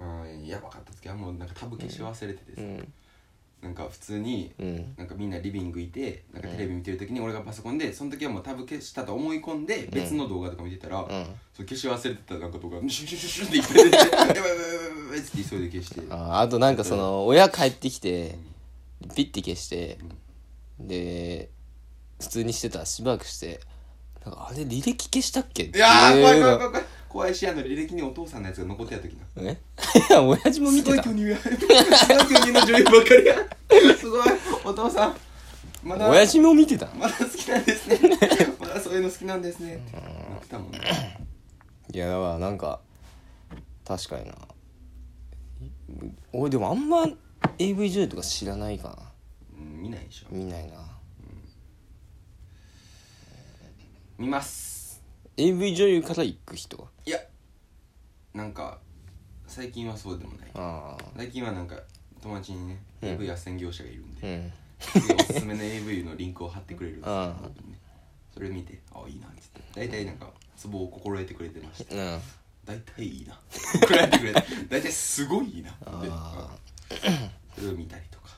Speaker 1: う、うん、やばかった時はもうなんかタブ消し忘れてて
Speaker 2: う
Speaker 1: さ、
Speaker 2: ん
Speaker 1: なんか普通に
Speaker 2: うん
Speaker 1: なんかみんなリビングいてなんかテレビ見てる時に俺がパソコンでその時はもうタブ消したと思い込んで別の動画とか見てたら、
Speaker 2: うん
Speaker 1: そう消し忘れてたなんか動画シュシュシュシュっていっぱい出て「やばいやばいやばいやばい」っつって急いで消して
Speaker 2: ああとなんかその親帰ってきてピッて消してで普通にしてたらしばらくしてなんかあれ履歴消したっけっ
Speaker 1: い
Speaker 2: て
Speaker 1: やー怖い怖い怖
Speaker 2: う
Speaker 1: い怖い怖いしあの履歴にお父さんのやつが残ってた時な
Speaker 2: のえ いや親父も見
Speaker 1: すご
Speaker 2: て
Speaker 1: い
Speaker 2: た
Speaker 1: 巨乳やすごい巨乳の女優ばっかりやすごいお父さんまだ
Speaker 2: 親父も見てた
Speaker 1: まだ好きなんですね まだそういうの好きなんですねってなってたもんね
Speaker 2: いやだからなんか確かにな俺でもあんま AV 女優とか知らないかな
Speaker 1: うん見ないでしょ
Speaker 2: 見ないな
Speaker 1: 見ます
Speaker 2: AV 女優から行く人
Speaker 1: いやなんか最近はそうでもない
Speaker 2: あ
Speaker 1: 最近はなんか友達にね AV 斡旋業者がいるん
Speaker 2: あう
Speaker 1: で、
Speaker 2: ん
Speaker 1: おすすめの AV のリンクを貼ってくれるんですよ、
Speaker 2: うん
Speaker 1: それ見て「あいいな」っつって大体なんかツボを心得てくれてました
Speaker 2: うん
Speaker 1: 大体いいな心得てくれて大体すごいいいなって
Speaker 2: あ
Speaker 1: それを見たりとか、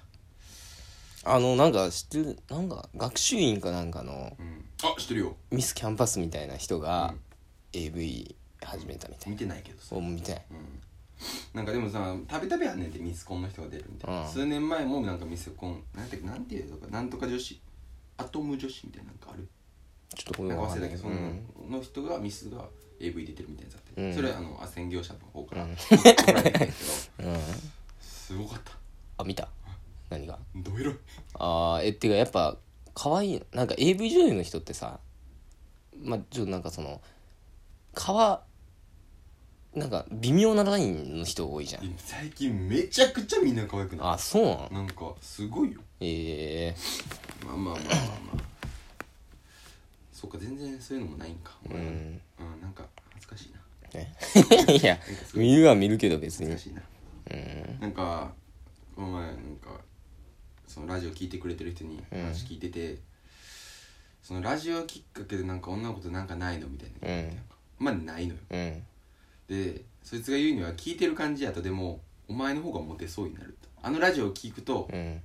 Speaker 2: あのなんか知ってるなんか学習院かなんかの
Speaker 1: うん、あ知ってるよ
Speaker 2: ミスキャンパスみたいな人が
Speaker 1: うん
Speaker 2: AV 始めたみたい
Speaker 1: 見てないけどさ
Speaker 2: な、う見て
Speaker 1: うん、なんかでもさたびたびあんねんってミスコンの人が出るみたいな、
Speaker 2: うん
Speaker 1: 数年前もなんかミスコンなんてなんていうのかなんとか女子アトム女子みたいななんかある
Speaker 2: ちょっとこ
Speaker 1: な
Speaker 2: れ
Speaker 1: んか
Speaker 2: わ
Speaker 1: 忘
Speaker 2: かん
Speaker 1: れ
Speaker 2: な
Speaker 1: た
Speaker 2: い
Speaker 1: け
Speaker 2: け
Speaker 1: ど
Speaker 2: ど
Speaker 1: その,、の人がミスが AV 出てるみたいなやつあって、
Speaker 2: うん
Speaker 1: それはあの斡旋業者の方から、
Speaker 2: う
Speaker 1: うんられたんだけど
Speaker 2: うん、うん、
Speaker 1: すごかった
Speaker 2: あ見た何が
Speaker 1: どエロい
Speaker 2: ああえっていうかやっぱ可愛いなんか AV 女優の人ってさまあちょっとなんかその皮なんか微妙なラインの人多いじゃん
Speaker 1: 最近めちゃくちゃみんな可愛くない
Speaker 2: あそうなん
Speaker 1: なんかすごいよ
Speaker 2: ええ
Speaker 1: まあまあまあまあまあそっか全然そういうのもないんか
Speaker 2: う
Speaker 1: 俺うん
Speaker 2: ん
Speaker 1: なんか恥ずかしいな
Speaker 2: え いや見るは見るけど別
Speaker 1: 恥ず
Speaker 2: に
Speaker 1: かしいな
Speaker 2: うん
Speaker 1: なんかこの前なんかそのラジオ聞いてくれてる人に
Speaker 2: うん
Speaker 1: 話聞いてて、そのラジオきっかけでなんか女の子となんかないのみたいな、
Speaker 2: うん
Speaker 1: まあないのよ
Speaker 2: うん
Speaker 1: でそいつが言うには聞いてる感じやとでもお前の方がモテそうになるとあのラジオを聞くと、
Speaker 2: うん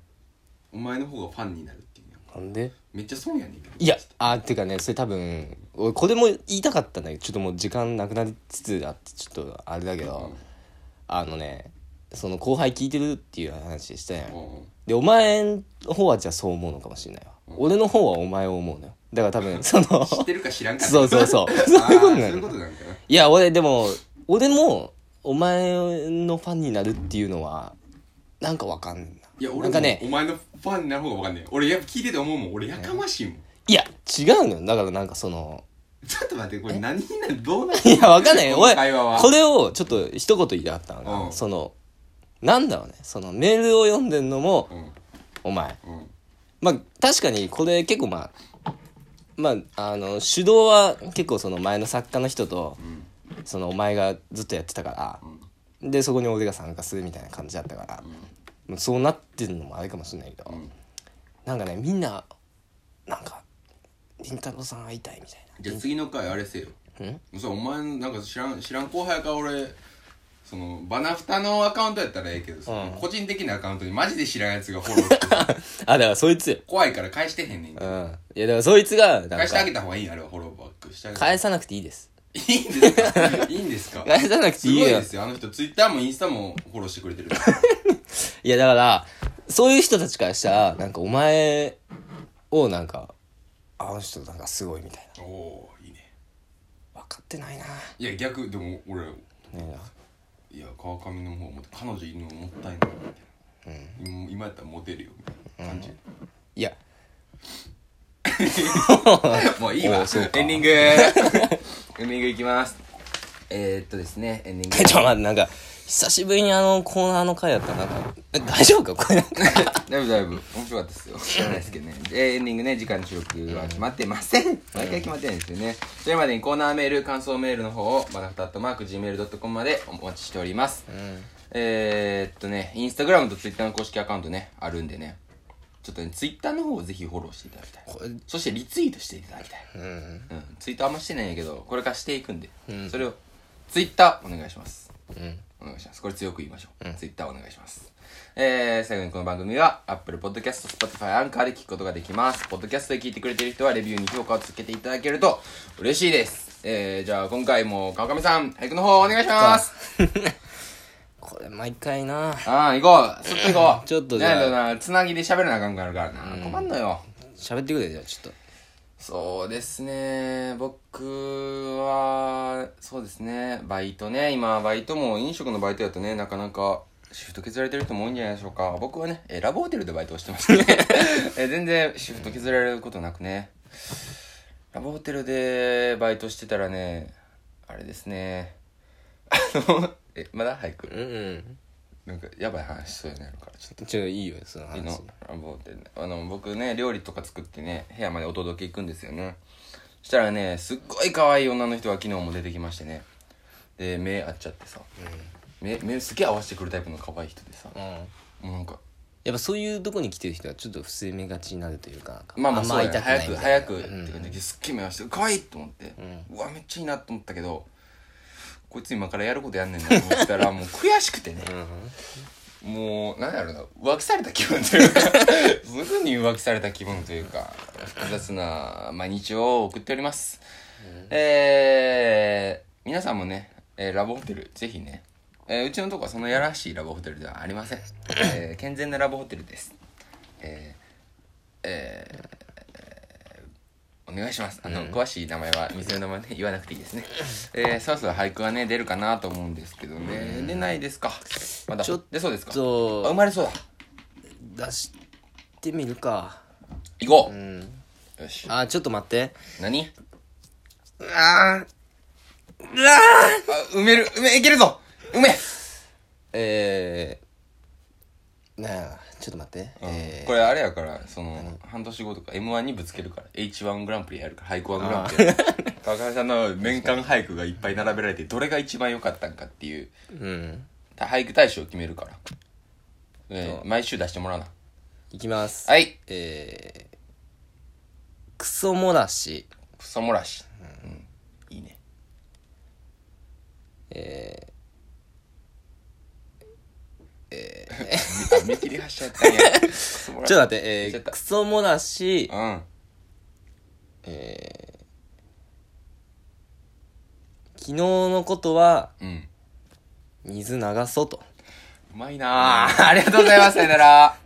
Speaker 1: お前の方がファンになるっていうやん
Speaker 2: なんで
Speaker 1: めっちゃ損やねんけど
Speaker 2: いやあっていうかねそれ多分俺これも言いたかったんだけどちょっともう時間なくなりつつあってちょっとあれだけ
Speaker 1: うん
Speaker 2: どあのねその後輩聞いてるっていう話したやん
Speaker 1: うん
Speaker 2: でお前の方はじゃあそう思うのかもしれないわ、
Speaker 1: うん
Speaker 2: 俺の方はお前を思うのよだから多 分その
Speaker 1: 知ってるか知らんか
Speaker 2: そうそうそうそう
Speaker 1: あー
Speaker 2: いうこと
Speaker 1: そう
Speaker 2: ないの
Speaker 1: うことなんかない
Speaker 2: や俺でも俺もお前のファンになるっていうのはなんかわかんない
Speaker 1: いや俺
Speaker 2: な
Speaker 1: も
Speaker 2: んかね
Speaker 1: お前のファンになる方が分かんない俺やっぱ聞いてて思うもん俺やかましいもん、
Speaker 2: いや違うのよだからなんかその
Speaker 1: ちょっと待ってこれ何になるどうなる
Speaker 2: いやわかんない
Speaker 1: この
Speaker 2: 俺
Speaker 1: 会話は
Speaker 2: これをちょっと一言言いたかったのが、
Speaker 1: うん
Speaker 2: そのなんだろうねそのメールを読んでんのも
Speaker 1: うん
Speaker 2: お前
Speaker 1: うん
Speaker 2: まあ確かにこれ結構まあまああの主導は結構その前の作家の人と
Speaker 1: うん
Speaker 2: そのお前がずっとやってたか
Speaker 1: うん
Speaker 2: らでそこに俺が参加するみたいな感じだったからもうそうなってるのもあれかもしれないけど
Speaker 1: うん
Speaker 2: なんかねみんななんかりんたろーさん会いたいみたい
Speaker 1: じゃあ次の回あれせよ
Speaker 2: な。ん
Speaker 1: そうお前なんか知らん知らん後輩やから俺そのバナフタのアカウントやったらええけどさ、
Speaker 2: うん
Speaker 1: 個人的なアカウントにマジで知らんやつがフォロ ーしてさ
Speaker 2: あ、だからそいつよ。
Speaker 1: 怖いから返してへんねんけ
Speaker 2: うん。
Speaker 1: ど
Speaker 2: いや、だからそいつが、なん
Speaker 1: 返してあげ
Speaker 2: か、
Speaker 1: た方がいいあれはフォローバックしてあげた
Speaker 2: 返さなくていいです。
Speaker 1: いいんですかいいんですか
Speaker 2: 返さなくて
Speaker 1: す
Speaker 2: い
Speaker 1: ごい
Speaker 2: いよ
Speaker 1: で。すよあの人ツイッターもインスタもフォローしてくれてる
Speaker 2: いや、だから、そういう人たちからしたら、なんかお前をなんか、あの人なんかすごいみたい
Speaker 1: おおーいいね
Speaker 2: な。分かってないな。ね
Speaker 1: いや逆でも俺
Speaker 2: え
Speaker 1: いや川上の方思って彼女いるのもったいないみたいな、今やったらモテるよみたいな感じ、
Speaker 2: いや、
Speaker 1: もういいわ。エ
Speaker 2: おうそうか
Speaker 1: ンデ ィングエンディングいきます。えー、っとですね、エンディング
Speaker 2: え。ちょっと待って、なんか、久しぶりにあのコーナーの回やったら、なんか、え大丈夫かこれなんか。
Speaker 1: だいぶだいぶ面白かったですよ。知らないですけどね。でエンディングね、時間の収録は決まってません。毎回決まってないんですよね。それまでにコーナーメール、感想メールの方を、バナフタットマーク Gmail.com までお待ちしております。えー、っとね、インスタグラムとツイッターの公式アカウントね、あるんでね。ちょっとね、ツイッターの方をぜひフォローしていただきたい。
Speaker 2: これ
Speaker 1: そしてリツイートしていただきたい。
Speaker 2: うん。
Speaker 1: うん、ツイートあんましてないんやけどこれからしていくんで、それをツイッターお願いします
Speaker 2: うん。
Speaker 1: お願いしますこれ強く言いましょう、ツイッターお願いしますえー、最後にこの番組は Apple Podcast、Spotify、アンカーで聞くことができます。ポッドキャストで聞いてくれてる人はレビューに評価をつけていただけると嬉しいです。えー、じゃあ今回も川上さん、俳句の方お願いします。
Speaker 2: これ毎回な。
Speaker 1: ああ、行こう。すっと行こう。
Speaker 2: ちょっと
Speaker 1: じ
Speaker 2: じゃあ
Speaker 1: ゃな、つなぎで喋らなあかんくなるからな。困んのよ。
Speaker 2: 喋ってくれよ、じゃあちょっ
Speaker 1: そうですね僕はそうですねバイトね今バイトも飲食のバイトだとねなかなかシフト削られてる人も多いんじゃないでしょうか僕はねえーラブホテルでバイトをしてましたね えー全然シフト削られることなくねラブホテルでバイトしてたらねあれですねあのえまだ早く
Speaker 2: と。うんうん。
Speaker 1: なんかやばい話しそうになるからちょっと
Speaker 2: ちょ、いいよ、その
Speaker 1: いいの
Speaker 2: 話。
Speaker 1: あもうであの僕ね料理とか作ってね部屋までお届け行くんですよねそしたらねすっごい可愛い女の人が昨日も出てきましてねで目合っちゃってさ、目目すげえ合わせてくるタイプの可愛い人でさ
Speaker 2: うん。や
Speaker 1: もうなんか
Speaker 2: っぱそういうとこに来てる人はちょっと伏せ目がちになるというか、なんか
Speaker 1: まあまあそう
Speaker 2: 会い
Speaker 1: やね
Speaker 2: たくない
Speaker 1: 早く
Speaker 2: みたい
Speaker 1: 早く
Speaker 2: な
Speaker 1: って感じですっげえ目合わせて可愛いと思って、うわめっちゃいいなと思ったけどこいつ今からやることやんねんなと思ったらもう悔しくてね、もうなんやろうな浮気された気分という かすぐに浮気された気分というか複雑な毎日を送っております、えー、皆さんもね、えーラブホテルぜひね、えーうちのとこはそんなやらしいラブホテルではありません、えー健全なラブホテルですえーえーお願いします。あの、詳しい名前は、店の名前ね、言わなくていいですね。えー、そろそろ俳句はね、出るかなと思うんですけどね。出ないですか。まだ
Speaker 2: ちょっ、
Speaker 1: 出そうですか。あ、
Speaker 2: と
Speaker 1: 生まれそうだ。
Speaker 2: 出してみるか
Speaker 1: 行こ
Speaker 2: うん
Speaker 1: う。よし。
Speaker 2: あーちょっと待って
Speaker 1: 何あ、
Speaker 2: うわーうわー
Speaker 1: 埋める、埋め、いけるぞ埋め
Speaker 2: えー、なあちょっと待って、え
Speaker 1: これあれやから、その、半年後とか M1 にぶつけるから、H1 グランプリやるから、俳句1グランプリやる から。川上さんの年間俳句がいっぱい並べられて、どれが一番良かったんかっていう、
Speaker 2: うん
Speaker 1: 俳句大賞を決めるから。えー毎週出してもらうな。
Speaker 2: いきます、
Speaker 1: はい。
Speaker 2: えー、クソ漏らし
Speaker 1: クソ漏らし、うんいいねえー、 えー、見切り発車やったんやクソ漏らし
Speaker 2: ちょっと待って、え
Speaker 1: ちょっ
Speaker 2: ー、
Speaker 1: と
Speaker 2: クソ漏らし
Speaker 1: うん
Speaker 2: 昨日のことは
Speaker 1: うん
Speaker 2: 水流そうと
Speaker 1: うまいなあありがとうございますさよなら